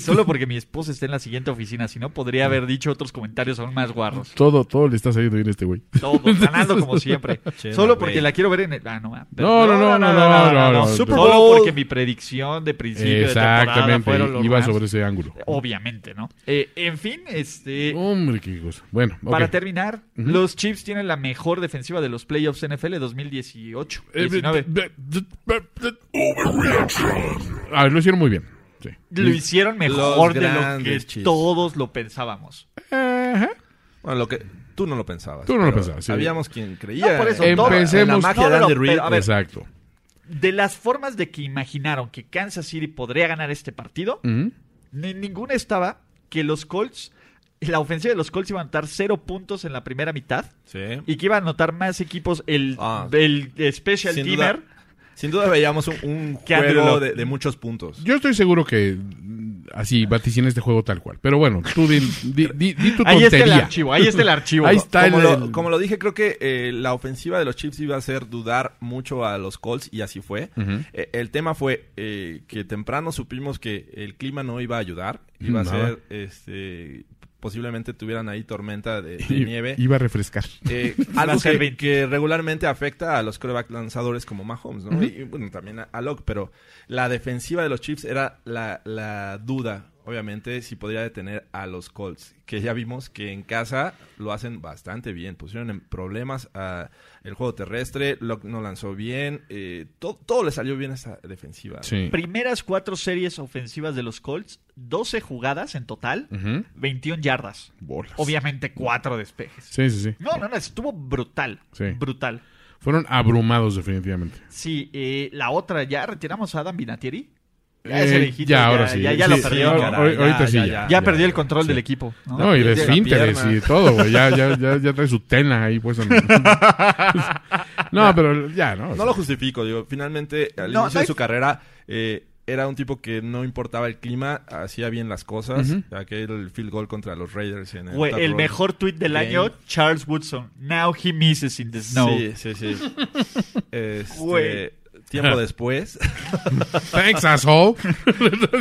Solo porque mi esposa está en la siguiente oficina. Si no, podría haber dicho otros comentarios aún más guarros.
Todo, todo le está saliendo bien a este güey.
Todo, ganando como siempre.
Che,
Solo
McVay.
porque la quiero ver en el... Ah, no, ah,
No, no, no, no, no, no, no.
Super
Super
Solo
Bowl.
porque mi predicción de principio de temporada
Exactamente.
fueron los
Iba
Rams.
sobre ese ángulo.
Obviamente, ¿no? Eh, en fin, este...
Hombre, qué cosa. Bueno, ok.
Para terminar,
Ujú.
los Chiefs tienen la mejor defensiva de los playoffs NFL 2018.
Eh,
Eh,
19.
A ver, lo hicieron muy bien. Sí.
Lo hicieron mejor
Los
de lo que
grandes Chiefs.
todos lo pensábamos.
Ajá.
Bueno, lo que tú no lo pensabas.
Tú no lo
pero
pensabas, sí.
Sabíamos quien creía.
No, por eso,
en
todo-
la- en la
Empecemos-
magia
No,
de
no,
Andy
no,
Reid.
pero a ver,
Exacto.
De las formas de que imaginaron que Kansas City podría ganar este partido,
Ujú.
ni ninguna estaba que los Colts, la ofensiva de los Colts iba a anotar cero puntos en la primera mitad
Sí.
y que iba a anotar más equipos el,
Ah.
el special
Sin
teamer.
duda, sin duda veíamos un, un
Que Andrew
juego
Luck.
de, de muchos puntos.
Yo estoy seguro que mm, así vaticina este juego tal cual. Pero bueno, tú di, di- di- di tu
Ahí está el
tontería.
archivo, ahí está el archivo.
Ahí está
Como
el,
lo,
el-
como lo dije, creo que eh, la ofensiva de los Chiefs iba a hacer dudar mucho a los Colts y así fue.
Ujú.
Eh, el tema fue eh, que temprano supimos que el clima no iba a ayudar. Iba a
Nada.
ser, este, posiblemente tuvieran ahí tormenta
[LAUGHS]
de, de
i-
nieve.
Iba a refrescar.
Eh,
Va a
[LAUGHS] algo
ser
que,
20.
que regularmente afecta a los coreback lanzadores como Mahomes, ¿no? Y bueno, también a, a Locke, pero la defensiva de los Chiefs era la, la duda, obviamente, si podría detener a los Colts, que ya vimos que en casa lo hacen bastante bien. Pusieron en problemas a el juego terrestre, Locke no lanzó bien, eh, to- todo le salió bien a esta defensiva. ¿no?
Sí.
Primeras cuatro series ofensivas de los Colts, 12 jugadas en total,
Ujú.
21 yardas.
Bolas.
Obviamente cuatro despejes.
Sí, sí, sí.
No, no, no, estuvo brutal.
Sí.
Brutal.
Fueron abrumados definitivamente.
Sí, eh, la otra, ya retiramos a Adam Vinatieri. Ya ese
Eh,
viejito,
ya,
ya-
ahora sí.
ya- ya lo
Sí,
perdió,
ahora-
caray,
ahorita
ya,
sí,
ya,
ya.
ya.
Ya perdió el control
sí.
del equipo. ¿no?
No, y de
pierde la
esfínteres
pierna.
y todo, güey. Ya, ya, ya, ya trae su tela ahí, pues. en- no, pero ya, ¿no?
No lo justifico, digo, finalmente al
No,
inicio de
¿sabes?
su carrera eh, era un tipo que no importaba el clima, hacía bien las cosas. Aquel field goal contra los Raiders en el,
Güey,
Tap
el
Roll.
mejor tweet del
Game.
año, Charles Woodson. Now he misses in the snow.
Sí, sí, sí.
[LAUGHS]
Este,
Güey. [LAUGHS]
tiempo después,
Thanks, asshole. [LAUGHS]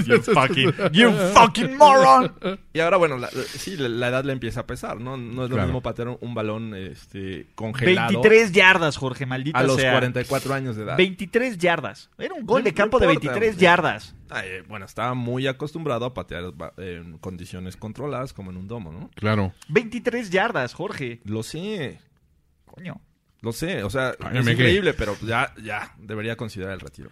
You fucking, you fucking moron.
Y ahora, bueno, la- sí, la, la edad le empieza a pesar, ¿no? No es lo
Claro.
mismo patear un, un balón este, congelado
23 yardas, Jorge, maldita
a los
sea.
44 años de edad.
23 yardas. Era un gol
No-
de
no
campo de
importa,
23
güey.
yardas.
Ay, eh, bueno, estaba muy acostumbrado a patear ba- en condiciones controladas, como en un domo, ¿no?
Claro.
23 yardas, Jorge.
Lo sé,
Coño.
lo sé, o sea, es
Óyeme, ¿qué?
increíble, pero pues ya, ya, debería considerar el retiro.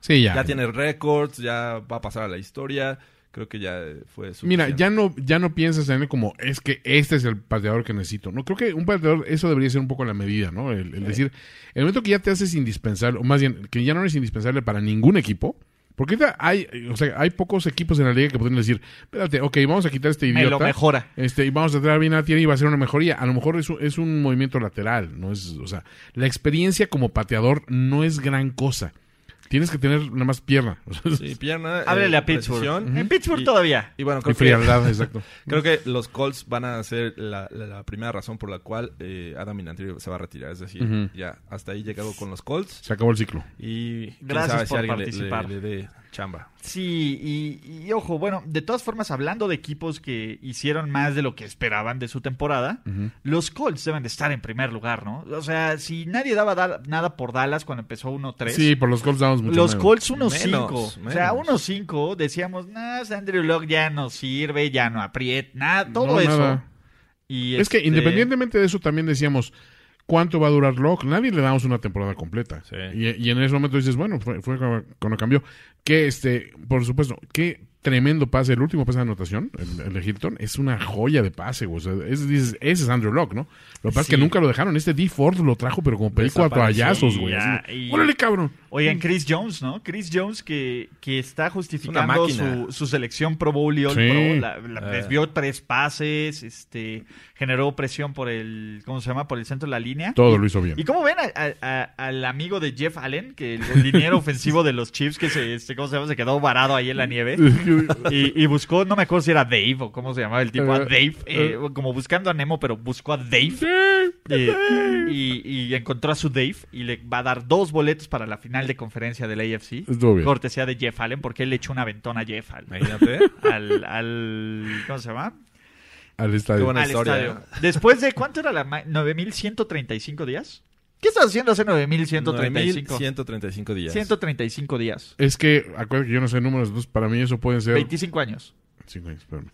Sí, ya.
Ya tiene récords, ya va a pasar a la historia, creo que ya eh, fue su.
Mira, ya no, ya no piensas en él como es que este es el pateador que necesito. No, creo que un pateador, eso debería ser un poco la medida, ¿no? El, el decir, el momento que ya te haces indispensable, o más bien, que ya no eres indispensable para ningún equipo, porque ahorita hay, o sea, hay pocos equipos en la liga que pueden decir, espérate, ok, vamos a quitar a este
Me
idiota.
lo mejora.
Este, y vamos a tratar bien a Tierney y va a ser una mejoría. A lo mejor es un, es un movimiento lateral, no es, o sea, la experiencia como pateador no es gran cosa. Tienes que tener nada más pierna. [LAUGHS] o sea,
Sí, pierna. eh,
Háblele a Pittsburgh.
precisión.
En Pittsburgh
Y-
todavía.
Y bueno,
y
creo que
frialdad, exacto.
[LAUGHS] Creo que los Colts van a ser la, la- la primera razón por la cual eh, Adam Vinatieri se va a retirar. Es decir,
Ujú.
ya hasta ahí llegado con los Colts
Se acabó el ciclo.
y quién
Gracias
sabe si
por
alguien le-
participar.
le, le dé chamba.
Sí, y, y ojo, bueno, de todas formas, hablando de equipos que hicieron más de lo que esperaban de su temporada, los Colts deben de estar en primer lugar, ¿no? O sea, si nadie daba da- nada por Dallas cuando empezó 1-3,
Sí, por los Colts damos mucho
los
miedo.
Colts 1-5. O
Menos,
sea,
menos.
1-5, decíamos, nah, Andrew Locke ya no sirve, ya no aprieta, nada, todo
No,
eso.
nada.
Y
Es que
este,
independientemente de eso también decíamos cuánto va a durar Locke. Nadie le damos una temporada completa.
Sí.
Y, y en ese momento dices, bueno, fue, fue cuando cuando cambió. Que este, por supuesto, qué tremendo pase. El último pase de anotación, el, el de Hilton, es una joya de pase. güey. O sea, es- dices, ese es Andrew Locke, ¿no? Lo que pasa es que nunca lo dejaron. Este D. Ford lo trajo, pero como película a
Desapareció.
toallazos, güey.
Y
Así
ya,
de,
y-
Órale, cabrón.
Mm.
Oigan, Chris Jones, ¿no? Chris Jones que, que está justificando
Es una máquina.
su, su selección Pro Bowl y All
Sí.
Pro. La, la-
Ah.
Desvió tres pases, este, generó presión por el, ¿cómo se llama? Por el centro de la línea.
Todo lo hizo bien.
¿Y cómo ven a- a- a- al amigo de Jeff Allen, que el liniero ofensivo de los Chiefs, que se, este, ¿cómo se llama? Se quedó varado ahí en la nieve. Y, y buscó, no me acuerdo si era Dave o cómo se llamaba el tipo, a
Eh,
Dave, eh, como buscando a Nemo, pero buscó a Dave. Eh, y, y encontró a su Dave y le va a dar dos boletos para la final de conferencia del AFC.
Estuvo bien.
Cortesía de Jeff Allen, porque él le echó una ventona a Jeff Allen. [LAUGHS]
Imagínate.
Al, al- ¿Cómo se llama?
Al estadio.
Qué buena
al
historia.
[LAUGHS] estadio. Después de, ¿cuánto era la ma- 9.135 días? ¿Qué estás haciendo hace 9.135?
135 días.
135 días.
Es que, acuérdate que yo no sé números, entonces para mí eso pueden ser...
25 años.
Cinco años, espérame.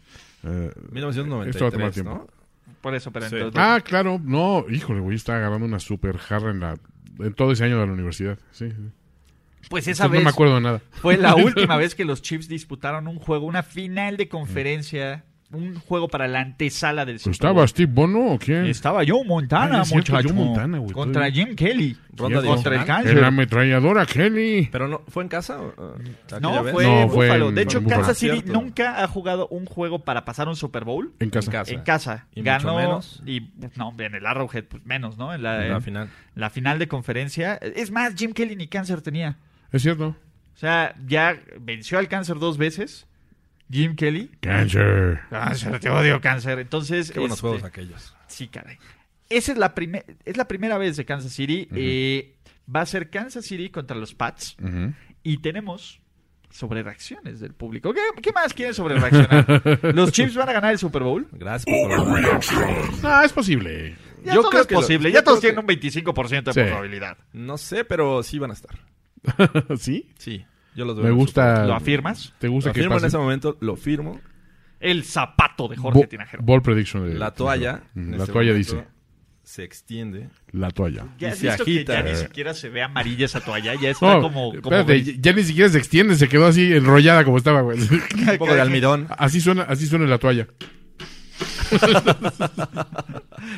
Eh, Esto va a tomar
1993,
tiempo.
¿no?
Por eso, pero
Sí.
entonces-
Ah, claro, no, híjole, güey, estaba agarrando una super jarra en la en todo ese año de la universidad. Sí. sí.
pues
Entonces,
esa
No
vez
me acuerdo de nada.
fue [LAUGHS]
[LAUGHS]
la última vez que los Chiefs disputaron un juego, una final de conferencia, un juego para la antesala del Super Bowl.
¿Estaba Steve Bono o quién?
Estaba Joe Montana,
Ah, es cierto,
muchacho.
Joe Montana, güey,
contra
todavía.
Jim Kelly.
Ronda
Cierto.
contra el
En
adicional.
la
cáncer.
ametralladora Kelly.
Pero no, ¿fue en casa? o, eh, aquella
No,
vez?
fue
No, fue
Buffalo.
en-
de hecho,
en Buffalo.
Kansas City
Cierto.
nunca ha jugado un juego para pasar un Super Bowl
En casa.
En casa.
en casa.
Y mucho
Ganó
menos.
y no, en el Arrowhead pues menos, ¿no? En la,
En la
en
final.
la final de conferencia. Es más, Jim Kelly ni cáncer tenía.
Es cierto.
O sea, ya venció al cáncer dos veces. Jim Kelly.
Cancer.
Cáncer, te odio, cáncer. Entonces,
Qué buenos
este,
juegos aquellos.
Sí, caray. Esa es la, primer- es la primera vez de Kansas City. Eh, va a ser Kansas City contra los Pats.
Ujú.
Y tenemos sobre reacciones del público. ¿Qué, qué más quieren sobre reaccionar?
[LAUGHS]
¿Los Chiefs van a ganar el Super Bowl?
Gracias por
Ah,
[LAUGHS]
es posible.
Ya
Yo
todo
creo
es
que lo-
posible.
yo
ya todos
creo
tienen un 25% de
Sí.
probabilidad.
No sé, pero sí van a estar.
¿Sí?
Sí, yo los veo.
Me
en el
gusta.
¿Lo afirmas?
¿Te
Super Bowl.
gusta
Lo
que
firmo en
pase?
ese momento, lo firmo.
El zapato de Jorge
Bo-
Tinajero.
Ball prediction. de-
La toalla.
Ujú,
en
La
ese
toalla
momento,
dice.
Se extiende.
La toalla.
Ya
y
has
se
visto que
agita.
ya ni siquiera se ve amarilla esa toalla. Ya está
No,
como... como
espérate, ya- ya ni siquiera se extiende, se quedó así enrollada como
[LAUGHS]
estaba, güey.
Un poco de almidón.
Así suena, así suena la toalla.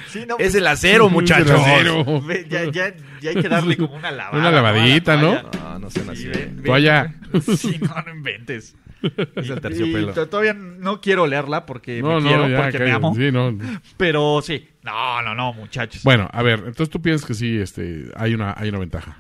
Sí, [LAUGHS] no,
Es el acero, muchachos.
De acero.
ve, ya, ya- ya hay que darle como una lavada.
Una lavadita,
A la
¿no?
toalla.
No, no sean
Sí,
así.
ven, ven.
Toalla.
[LAUGHS] Sí, no, no inventes.
Es el
Y
terciopelo.
to- todavía no quiero leerla porque
No,
me
no,
quiero,
ya,
porque me
cállate.
amo.
Sí, no.
Pero sí. No, no, no, muchachos.
Bueno, a ver, entonces tú piensas que sí, este, hay una, hay una ventaja.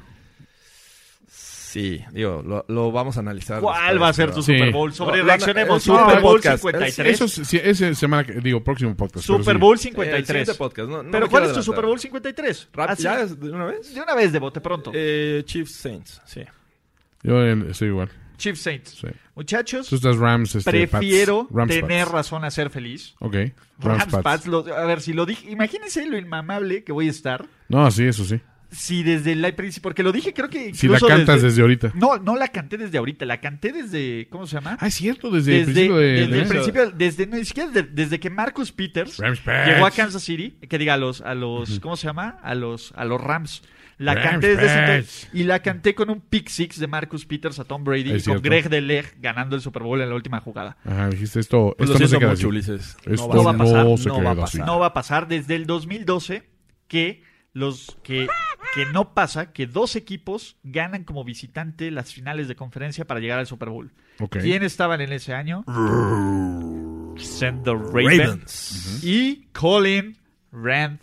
Sí, digo, lo, lo vamos a analizar.
¿Cuál
después,
va a ser
pues, pero-
tu
Sí.
Super Bowl? Sobre
No,
reaccionemos.
no, no,
Super
no,
Bowl
podcast.
53.
Eso sí, ese semana, que- digo, próximo podcast. pero
Super
sí.
Bowl
Eh, el siguiente
53.
podcast, no- no
Pero ¿cuál
me quiero
es tu
adelantar.
Super Bowl Ah, 53?
Rap-
Así,
¿Ya es de una vez?
De una vez de bote pronto.
Eh, Chiefs Saints, sí.
Yo en- estoy igual.
Chiefs Saints.
Sí.
Muchachos,
Tú estás Rams, este,
prefiero
Pats. Rams,
tener
Pats.
razón a ser feliz.
Ok.
Rams,
Rams, Pats.
Pats, lo- a ver, si lo dije, imagínense lo inmamable que voy a estar
No, sí, eso sí.
si desde el principio, porque lo dije creo que
Si la
incluso
cantas desde, ahorita.
No, no la canté desde ahorita, la canté desde, ¿cómo se llama?
Ah, es cierto, desde, el
desde,
principio de...
desde el
de-
principio, desde, no, ni siquiera desde, desde que Marcus Peters
Rams, Pats.
llegó a Kansas City, que diga a los, a los, ¿cómo se llama? A los, a los Rams. La
Rams,
canté desde ese
Pats.
entonces y la canté con un pick six de Marcus Peters a Tom Brady
Es
y con
cierto.
Greg Deleg ganando el Super Bowl en la última jugada.
Ajá, dijiste esto,
Pues
esto no se queda así.
mucho, Ulises.
Esto
va a
no,
pasar,
se
no
queda
va a
así.
pasar.
No va a pasar desde el 2012 que los que, que no pasa que dos equipos ganan como visitante las finales de conferencia para llegar al Super Bowl.
Ok.
¿Quién estaban en ese año? Send the
Ravens.
y Colin Rand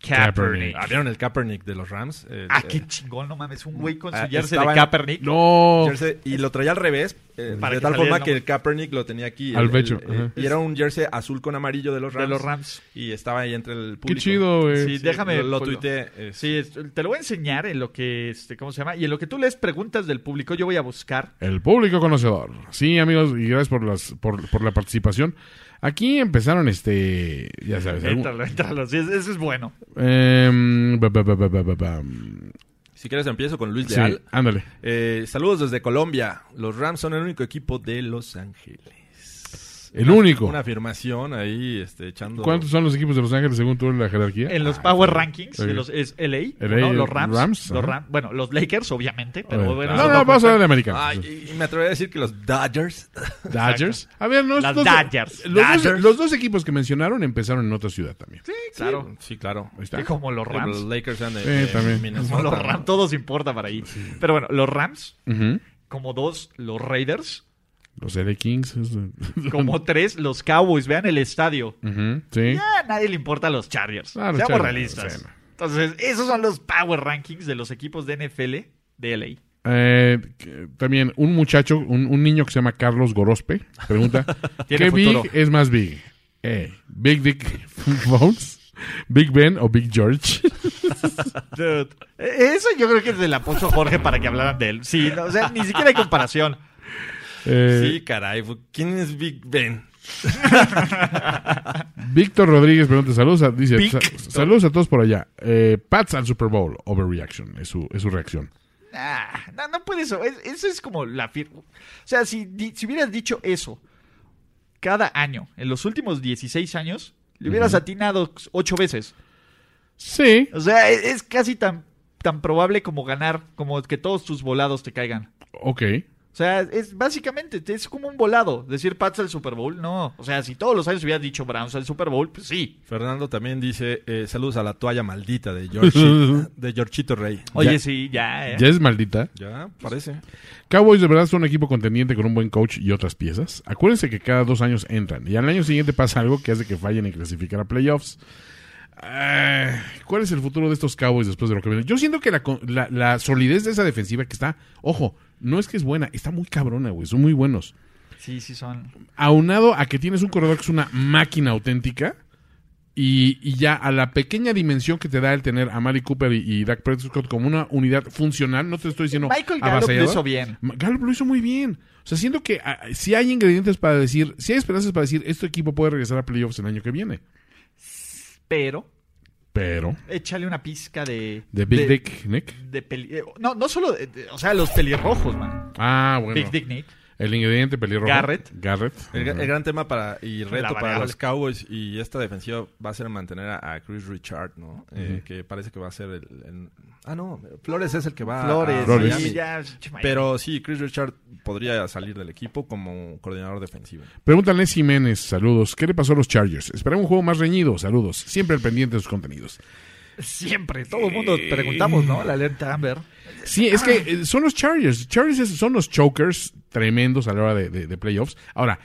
Kaepernick.
Ah, ¿Vieron el Kaepernick de los Rams? El-
Ah,
el-
qué chingón, no mames. Un güey con
Ah,
su jersey de
estaba en-
Kaepernick.
No.
jersey, y lo traía al revés, eh,
Para
de
que
tal
saliera
forma
el
que
nombre.
el Kaepernick lo tenía aquí.
Al
el- el-
pecho,
eh,
ajá.
y era un jersey azul con amarillo de los
De
Rams.
los Rams.
Y estaba ahí entre el
Qué
público.
chido, güey.
Sí,
Sí,
déjame.
Lo, lo
pues,
tuiteé. eh,
Sí, es- te lo voy a enseñar en lo que, este, ¿cómo se llama? Y en lo que tú lees preguntas del público, yo voy a buscar.
El público conocedor. Sí, amigos, y gracias por las por, por la participación. Aquí empezaron este, ya sabes, algún-
Entralo, entralo. Sí, es- eso es bueno.
em, ba, ba, ba, ba, ba, ba, ba.
Si quieres empiezo con Luis
Sí,
Leal.
ándale.
Eh, saludos desde Colombia. Los Rams son el único equipo de Los Ángeles.
El único.
Una afirmación ahí, este, echando.
¿Cuántos son los equipos de Los Ángeles según tú en la jerarquía?
En los Power Rankings,
sí.
de los, es LA,
LA,
¿no? los Rams.
Rams,
los
ajá.
Ram- bueno, los Lakers, obviamente.
A ver.
Pero bueno,
no,
eso
no, vamos a
cuenta.
hablar de americanos.
Ay, Ah, y- y me atrevería a decir que los Dodgers.
Dodgers. A ver, no,
Las
los,
Dodgers.
Los, dos-
Dodgers.
los dos equipos que mencionaron empezaron en otra ciudad también. Sí,
Claro.
Sí, claro.
Ahí
Que
está.
como los Rams.
[LAUGHS] Los Lakers and
Sí, también.
Como los Rams, todos importa para ahí. Pero bueno, los Rams,
Ujú.
como dos, los Raiders,
Los LA Kings. [LAUGHS] es-
[LAUGHS] como tres, los Cowboys. Vean el estadio.
Ujú, Sí.
Ya a nadie le importa a los Chargers.
Ah, los
Seamos
Chargers,
realistas.
sí, no.
Entonces, esos son los power rankings de los equipos de NFL de LA.
Eh, que- también un muchacho, un, un niño que se llama Carlos Gorospe, pregunta,
[LAUGHS] Tiene
¿qué
futuro.
Big es más Big? Eh, ¿Big Dick Bones? ¿Big Ben o Big
[LAUGHS]
George?
Dude, eh, Eso yo creo que es del apoyo Jorge para que hablaran de él. Sí, no, o sea, ni siquiera hay comparación.
Eh,
Sí, caray. fu- ¿Quién es Big Ben?
Víctor Rodríguez pregunta, saludos a, dice,
Big
"Sa- saludos a todos por allá. Eh, Pats al Super Bowl, overreaction, es su, es su reacción.
Ah, no, no puede eso. Es- eso es como la firma. O sea, si, di- si hubieras dicho eso cada año, en los últimos 16 años, le hubieras atinado ocho veces.
Sí,
O sea, e, es, es casi tan, tan probable como ganar, como que todos tus volados te caigan.
ok.
O sea, es básicamente, es como un volado. Decir Pats al Super Bowl, no. O sea, si todos los años hubieras dicho Browns al Super Bowl, pues sí.
Fernando también dice eh, saludos a la toalla maldita
[LAUGHS]
de Georgie- de Georgito Rey.
Oye,
Ya-
sí, ya, eh.
Ya es maldita.
Ya, parece.
Cowboys de verdad son un equipo contendiente con un buen coach y otras piezas. Acuérdense que cada dos años entran y al año siguiente pasa algo que hace que fallen en clasificar a playoffs. Ah, ¿Cuál es el futuro de estos Cowboys después de lo que viene? Yo siento que la, con- la- la solidez de esa defensiva que está, ojo, no es que es buena, está muy cabrona, güey, son muy buenos.
Sí, sí son.
Aunado a que tienes un corredor que es una máquina auténtica y, y ya a la pequeña dimensión que te da el tener a Mari Cooper y, y Dak Prescott como una unidad funcional, no ¿eh? te estoy diciendo
Michael Gallup lo
avasalladora.
hizo bien.
Ma- Gallup lo hizo muy bien. O sea, siento que si hay ingredientes para decir, si hay esperanzas para decir, este equipo puede regresar a playoffs el año que viene.
Pero,
Pero,
échale una pizca de.
de Big
de-
Dick Nick.
de peli- eh, no, no solo. de- de- o sea, los pelirrojos, man.
Ah, bueno.
Big Dick Nick.
El ingrediente pelirrojo.
Garrett.
Garrett.
El, gra- el gran tema para y reto para
variable.
los Cowboys y esta defensiva va a ser mantener a, a Chris Richard, ¿no? Eh, Que parece que va a ser el, el- Ah, no, Flores es el que va a-
Flores.
a
Ah, Flores.
Miami.
sí, ya, ch-
Pero sí, Chris Richard podría salir del equipo como coordinador defensivo.
Pregúntale Jiménez, saludos. ¿Qué le pasó a los Chargers? Esperaba un juego más reñido, saludos. Siempre al pendiente de sus contenidos.
Siempre, todo el mundo preguntamos, ¿no? La alerta Amber.
Sí, es que
Ah.
eh, son los Chargers. Chargers es- son los chokers tremendos a la hora de, de- de playoffs. Ahora,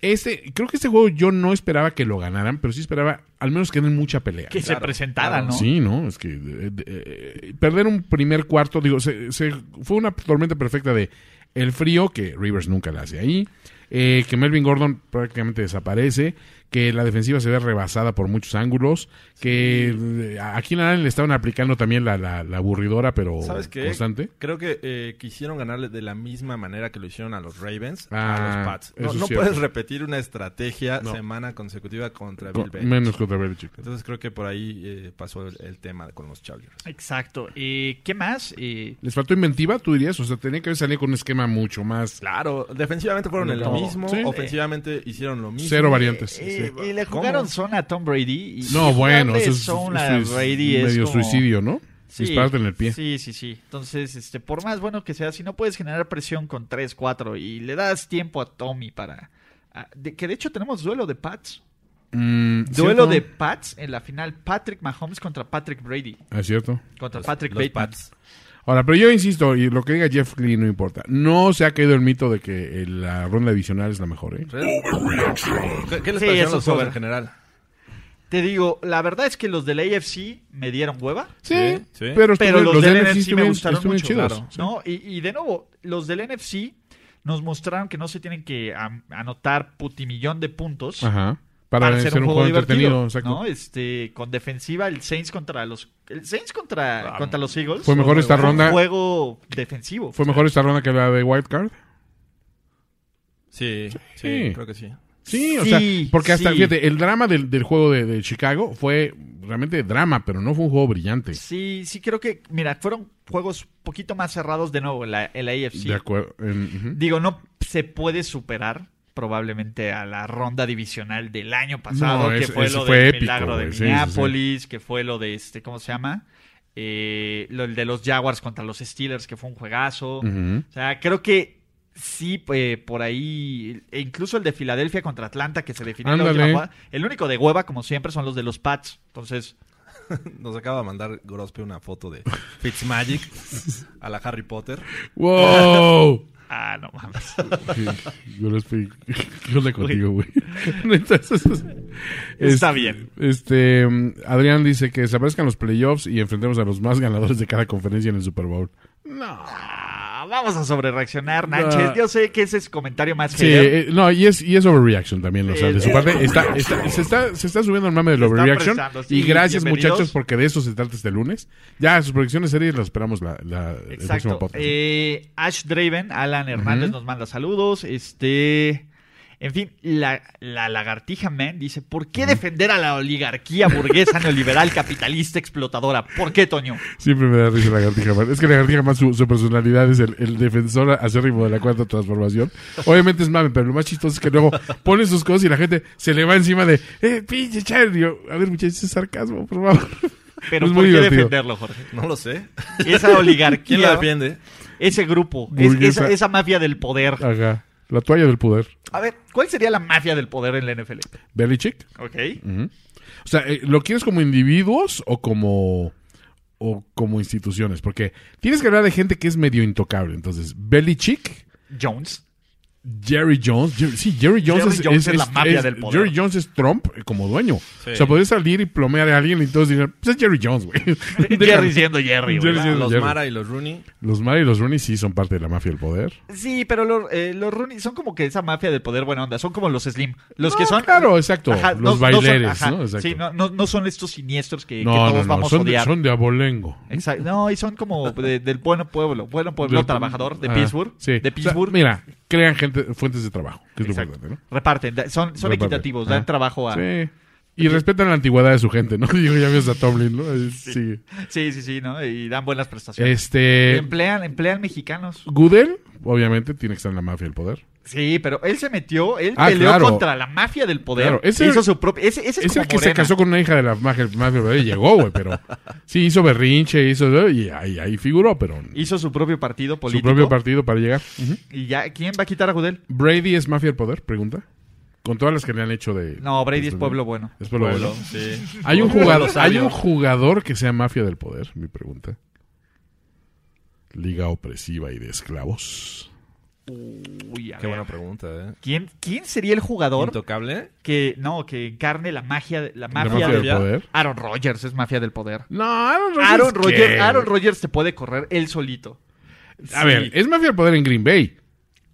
este, creo que este juego yo no esperaba que lo ganaran, pero sí esperaba al menos que den mucha pelea.
Que se
Claro,
presentara,
claro.
¿no?
Sí, ¿no? Es que eh, eh, perder un primer cuarto, digo, se, se- fue una tormenta perfecta de el frío, que Rivers nunca la hace ahí, eh, que Melvin Gordon prácticamente desaparece, que la defensiva se ve rebasada por muchos ángulos, que eh, aquí en Allen le estaban aplicando también la, la- la aburridora, pero
¿Sabes qué?
constante.
Creo que eh, quisieron ganarle de la misma manera que lo hicieron a los Ravens,
Ah,
a los Pats. No,
eso es
no
cierto.
puedes repetir una estrategia semana consecutiva contra Bill Belichick.
Menos contra Belichick.
Entonces creo que por ahí eh, pasó el, el tema con los Chargers.
Exacto. ¿Y qué más? Eh,
¿Les faltó inventiva, tú dirías? O sea, tenía que haber salido con un esquema mucho más...
Claro, defensivamente fueron el
Todo.
mismo,
Sí.
ofensivamente hicieron lo mismo.
Cero variantes.
eh,
sí.
y le jugaron
¿Cómo?
zona a Tom Brady. y-
No, bueno, eso es,
Son
eso
a
es
Brady es
medio
como-
suicidio, ¿no? Dispararte en el pie.
Sí, sí, sí. Entonces, este, por más bueno que sea, si no puedes generar presión con 3, 4 y le das tiempo a Tommy para... a- de- que de hecho tenemos duelo de Pats.
Mm,
Duelo
¿cierto?
de Pats en la final. Patrick Mahomes contra Patrick Brady.
Ah, Es cierto.
Contra
Los-
Patrick
los
Bateman.
Pats.
Ahora, pero yo insisto, y lo que diga Jeff Lee no importa. No se ha caído el mito de que el- la ronda divisional es la mejor, ¿eh?
¿Qué, qué les
Sí,
parecieron
eso
los juegos
sobre.
en general?
Te digo, la verdad es que los del AFC me dieron hueva.
Sí,
sí.
Pero,
Pero los, del NFC me
estuvieron-
gustaron
estuvieron
mucho.
chidos.
claro, ¿no? y, y de nuevo, los del NFC nos mostraron que no se tienen que am- anotar putimillón de puntos.
Ajá. Para, ser un, juego, entretenido, exacto.
¿no? Este, con defensiva, el Saints contra los. El Saints contra, contra los Eagles.
Ah, Fue mejor esta
Fue un
ronda.
juego defensivo.
¿Fue mejor esta ronda que la de Wild Card?
Sí, sí,
Sí.
creo que sí. [LAUGHS]
Sí, o
Sí,
sea, porque hasta,
sí.
fíjate, el drama del, del juego de, de Chicago fue realmente drama, pero no fue un juego brillante.
Sí, sí, creo que. Mira, fueron juegos un poquito más cerrados de nuevo, la, el AFC.
De acuerdo. en- ujú.
Digo, no se puede superar probablemente a la ronda divisional del año pasado,
No,
que
ese-
fue
ese
lo
fue
del
épico,
milagro de
güey. Sí, sí, sí.
Minneapolis, que fue lo de este, ¿cómo se llama? Eh, lo el de los Jaguars contra los Steelers, que fue un juegazo.
Ujú.
O sea, creo que sí, eh, por ahí, e incluso el de Filadelfia contra Atlanta, que se definió en la
Ándale.
última jugada. El único de hueva, como siempre, son los de los Pats. Entonces,
Nos acaba de mandar Grospe una foto de Fitzmagic a la Harry Potter.
¡Wow!
ah, no
[LAUGHS]
mames.
Sí, Yo lo estoy. ¿Qué onda contigo, güey? Neta, eso- eso es-
Está
Este,
bien.
Este, mm, Adrián dice que desaparezcan los playoffs y enfrentemos a los más ganadores de cada conferencia en el Super Bowl. No.
Ah, vamos a sobrereaccionar,
No.
Nánchez. Yo sé que ese es comentario más
Sí,
hater.
eh, no, y es, y es overreaction también, o sea, de su
Es-
parte está, está- se, está, se está subiendo el mame del
Se está
overreaction.
prestando, sí,
Y gracias,
bienvenidos.
muchachos, porque de eso se trata este lunes. Ya, sus proyecciones series las esperamos la, la- el próximo
Exacto.
podcast.
Eh, Ash Draven, Alan Hernández nos manda saludos. Este. En fin, la, la lagartija man dice: ¿Por qué defender a la oligarquía burguesa neoliberal capitalista explotadora? ¿Por qué, Toño?
Siempre me da risa la Lagartija Man. Es que la Lagartija Man, su, su personalidad es el, el defensor acérrimo de la cuarta transformación. Obviamente es mame, pero lo más chistoso es que luego pone sus cosas y la gente se le va encima de, eh, pinche Charlie. Yo, A ver, muchachos, es sarcasmo, por favor.
[LAUGHS] Pero
Es
¿por
muy
qué
divertido.
defenderlo, Jorge?
No lo sé. [LAUGHS]
Esa
¿Quién la
oligarquía,
defiende?
ese grupo, es-
Burguesa. Ah.
esa, esa mafia del poder.
Ajá. La toalla del poder.
A ver, ¿cuál sería la mafia del poder en la NFL?
Belichick.
¿Ok?
Ujú. O sea, eh, ¿lo quieres como individuos o como, o como instituciones? Porque tienes que hablar de gente que es medio intocable. Entonces, Belichick.
Jones.
Jerry Jones, Jer- sí, Jerry Jones,
Jerry
es,
Jones es la mafia del poder.
Jerry Jones es Trump eh, como dueño. O sea, podría salir y plomear a alguien y todos dirían, pues es Jerry Jones, güey.
[LAUGHS] Jerry siendo Jerry. güey.
Jerry siendo-
Los
Jerry.
Mara y los Rooney.
Los Mara y los Rooney sí son parte de la mafia del poder.
Sí, pero los, eh, los Rooney son como que esa mafia del poder buena onda. Son como los Slim. Los que
No,
son.
claro, exacto, los
no- no son-
baileres,
ajá,
¿no? Exacto.
Sí, no, no- no son estos siniestros que, que
No,
todos
no, no,
vamos a
son, de,
odiar.
son de abolengo.
Exacto. No, y son como de- del buen pueblo. Buen pueblo
Del-
trabajador de
Ah,
Pittsburgh.
sí.
De
O sea,
Pittsburgh.
mira, crean gente, fuentes de trabajo, que es lo
Exacto.
importante, ¿no?
Reparten. da- Son, son
Reparten.
equitativos.
Ajá.
Dan trabajo a. Sí,
Sí. Y respetan la antigüedad de su gente, ¿no? [LAUGHS] Digo, ya ves a Tomlin, ¿no? Ahí sigue.
sí, sí, ¿no? Y dan buenas prestaciones. Y
Este.
emplean, emplean mexicanos.
Goodell, obviamente, tiene que estar en la mafia del poder.
Sí, pero él se metió, él
Ah,
peleó
claro.
contra la mafia del poder.
Claro, ese-
hizo su propio. Ese, ese es,
Es el
como
que se
Morena.
casó con una hija de la mafia, mafia del poder y llegó, güey, pero.
[LAUGHS]
Sí, hizo berrinche, hizo. Y ahí, ahí figuró, pero.
Hizo su propio partido
Su
político.
propio partido para llegar. Ujú.
¿Y ya quién va a quitar a Goodell?
¿Brady es mafia del poder? Pregunta. Con todas las que le han hecho de. Este,
No, Brady es pueblo bueno.
Es pueblo bueno.
sí.
Hay un
Pueblo
jugador, hay
sabio.
un jugador que sea mafia del poder, mi pregunta. Liga opresiva y de esclavos.
Uy, a
Qué
ver.
buena pregunta, ¿eh?
¿Quién, ¿Quién sería el jugador
¿Intocable?
que no que encarne la magia de- la
¿La
mafia
mafia
del
del
poder?
Aaron Rodgers es mafia del poder.
No, Aaron
Pues
Rodgers.
Aaron
¿qué?
Rodgers, Aaron Rodgers se puede correr él solito.
A ver, es mafia del poder en Green Bay.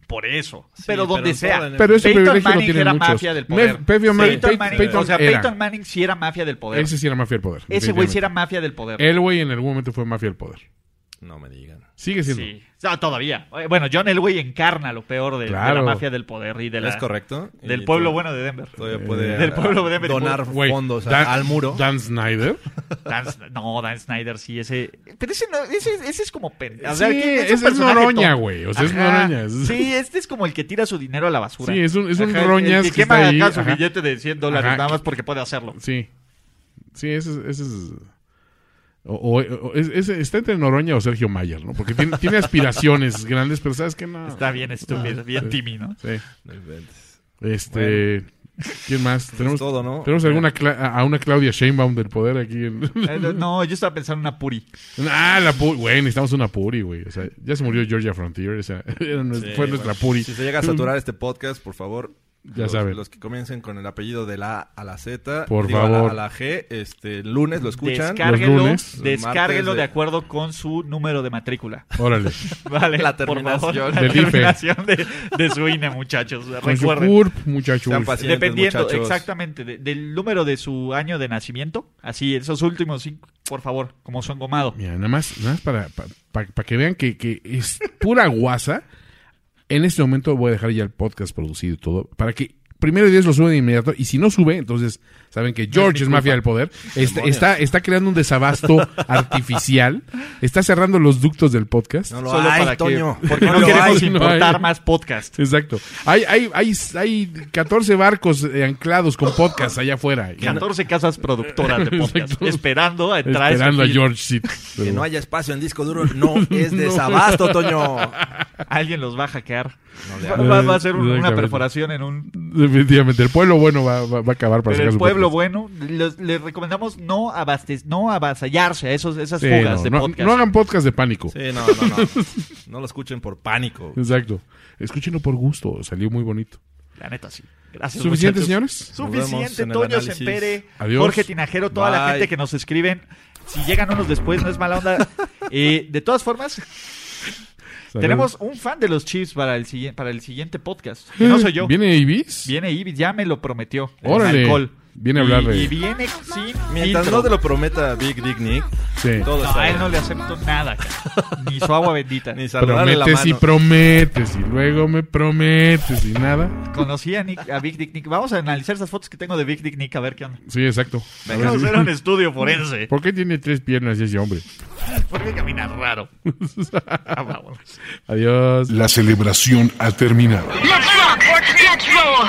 Por eso.
Sí,
pero donde
pero
sea.
todo en el-
Pero ese
Peyton
privilegio no
Manning
tiene
era
muchos.
mafia del poder.
Mef- Peyton Manning-
Peyton
Pey-
Manning,
Peyton
o sea,
era.
Peyton Manning sí era mafia del poder.
Ese sí era mafia del poder.
Ese güey sí
definitivamente.
era mafia del poder.
El güey en algún momento fue mafia del poder.
No me digan.
Sigue siendo.
Sí. No, todavía. Eh, Bueno, John Elway encarna lo peor de, de la
Claro.
mafia del poder y de la-
¿Es correcto?
del
Y
pueblo
tú-
bueno de Denver.
Todavía puede
Del pueblo de-
donar
Güey,
fondos a-
Dan-
al muro.
[LAUGHS]
Dan Snyder.
Dan Sn- no, Dan Snyder sí, ese. Pero ese, no, ese, ese es como. pen- o
Sí,
sea, que
ese es
personaje
Noroña,
tonto.
güey, o sea, es Noroña, es-
Sí, este es como el que tira su dinero a la basura.
Sí, es un- es un
el- el
roñas
que
que
quema
está ahí,
acá su
ajá.
billete de 100 dólares
Ajá.
nada más porque puede hacerlo.
[LAUGHS] Sí. Sí, ese es. Ese es- o- o- o- es- es- está entre Noroña o Sergio Mayer, ¿no? Porque tiene, tiene aspiraciones [LAUGHS] grandes, pero sabes que no.
Está bien estúpido, bien tímido. ¿no?
Ah, Sí.
No inventes. Pues
Este. ¿Quién más? Tenemos,
todo, ¿no?
tenemos alguna Cla- a a una Claudia Sheinbaum del poder aquí. en- [LAUGHS]
Eh, No, yo estaba pensando en una puri.
ah, la Puri. Güey, necesitamos una Puri, güey. O sea, ya se murió Georgia Frontier. o sea, [LAUGHS] era nuestra-
Sí,
fue nuestra
bueno,
Puri.
Si se llega a saturar este podcast, por favor.
Ya
los,
saben.
Los que comiencen con el apellido de la A a la Z.
Por
a la-
favor.
A la, G, este, lunes lo escuchan.
Descárguelo,
los lunes.
descárguelo
Martes
de
de-
acuerdo con su número de matrícula. [LAUGHS]
[LAUGHS] Órale.
Vale,
La
por
terminación.
favor, la
Del IFE.
terminación de, de su INE, muchachos.
Con su
Recuerden.
CURP, muchacho.
Sean
Ulf.
pacientes. Siguientes,
Dependiendo,
muchachos.
exactamente, de- del número de su año de nacimiento. Así, esos últimos cinco, por favor, como son gomado.
Mira, nada más, nada más para, pa- pa- pa que vean que, que es pura guasa. En este momento voy a dejar ya el podcast producido y todo. Para que primero Dios lo sube de inmediato. Y si no sube, entonces saben que George es mafia del poder. Está,
Demonios.
está, está creando un desabasto [LAUGHS] artificial. Está cerrando los ductos del podcast.
No lo
Solo
hay,
para que-
[LAUGHS]
Toño.
porque no,
lo
queremos
hay, no
importar
hay.
más podcast.
Exacto. Hay, hay, hay, hay 14 barcos eh, anclados con podcast allá afuera.
14 casas productoras de podcast,
[LAUGHS] Exacto.
esperando a entrar ese
Esperando a
feed.
George. sí.
Que no haya espacio en
[LAUGHS]
disco duro no es desabasto, Toño.
Este-
Alguien los va a hackear.
No le
Va,
hagas.
va- va a ser un- una
Exactamente.
perforación en un
Definitivamente. El pueblo bueno va, va- va a acabar
Pero
para sacar
el
su
pueblo
podcast.
bueno, los- les recomendamos no abastec- no avasallarse a esos, esas
Sí,
fugas
no,
de
no-
podcast.
no hagan podcast de pánico.
Sí, no, no, no. No lo escuchen por pánico.
Exacto. Escúchenlo por gusto, salió muy bonito.
La neta, sí. Gracias.
¿Suficiente,
muchachos.
señores?
Nos vemos
Suficiente,
en el
Toño
análisis.
Sempere,
Adiós.
Jorge Tinajero, toda la
Bye.
gente que nos escriben. Si llegan unos después, no es mala onda. Eh, de todas formas,
Salud.
tenemos un fan de los Chiefs para el, siguiente para el siguiente podcast.
Eh,
Que no soy yo.
¿Viene Ibis?
Viene Ibis, ya me lo prometió. Sin
Órale.
alcohol.
Viene a hablar de-
Y, y viene sin.
Mientras
filtro.
no te lo prometa Big Dick Nick,
Sí.
todo
No,
está
a él
bien.
no le acepto nada, cara. ni su agua bendita.
[LAUGHS] Ni saludarle la
Prometes y
mano.
prometes y luego me prometes y nada.
Conocí a, Nick- a Big Dick Nick. Vamos a analizar esas fotos que tengo de Big Dick Nick a ver qué onda.
Sí, exacto. A ver,
Vamos a hacer un estudio forense.
¿Por qué tiene tres piernas ese hombre?
¿Por qué camina raro? Ah, vámonos.
[LAUGHS] Adiós.
La celebración ha terminado.
Let's rock, let's, let's roll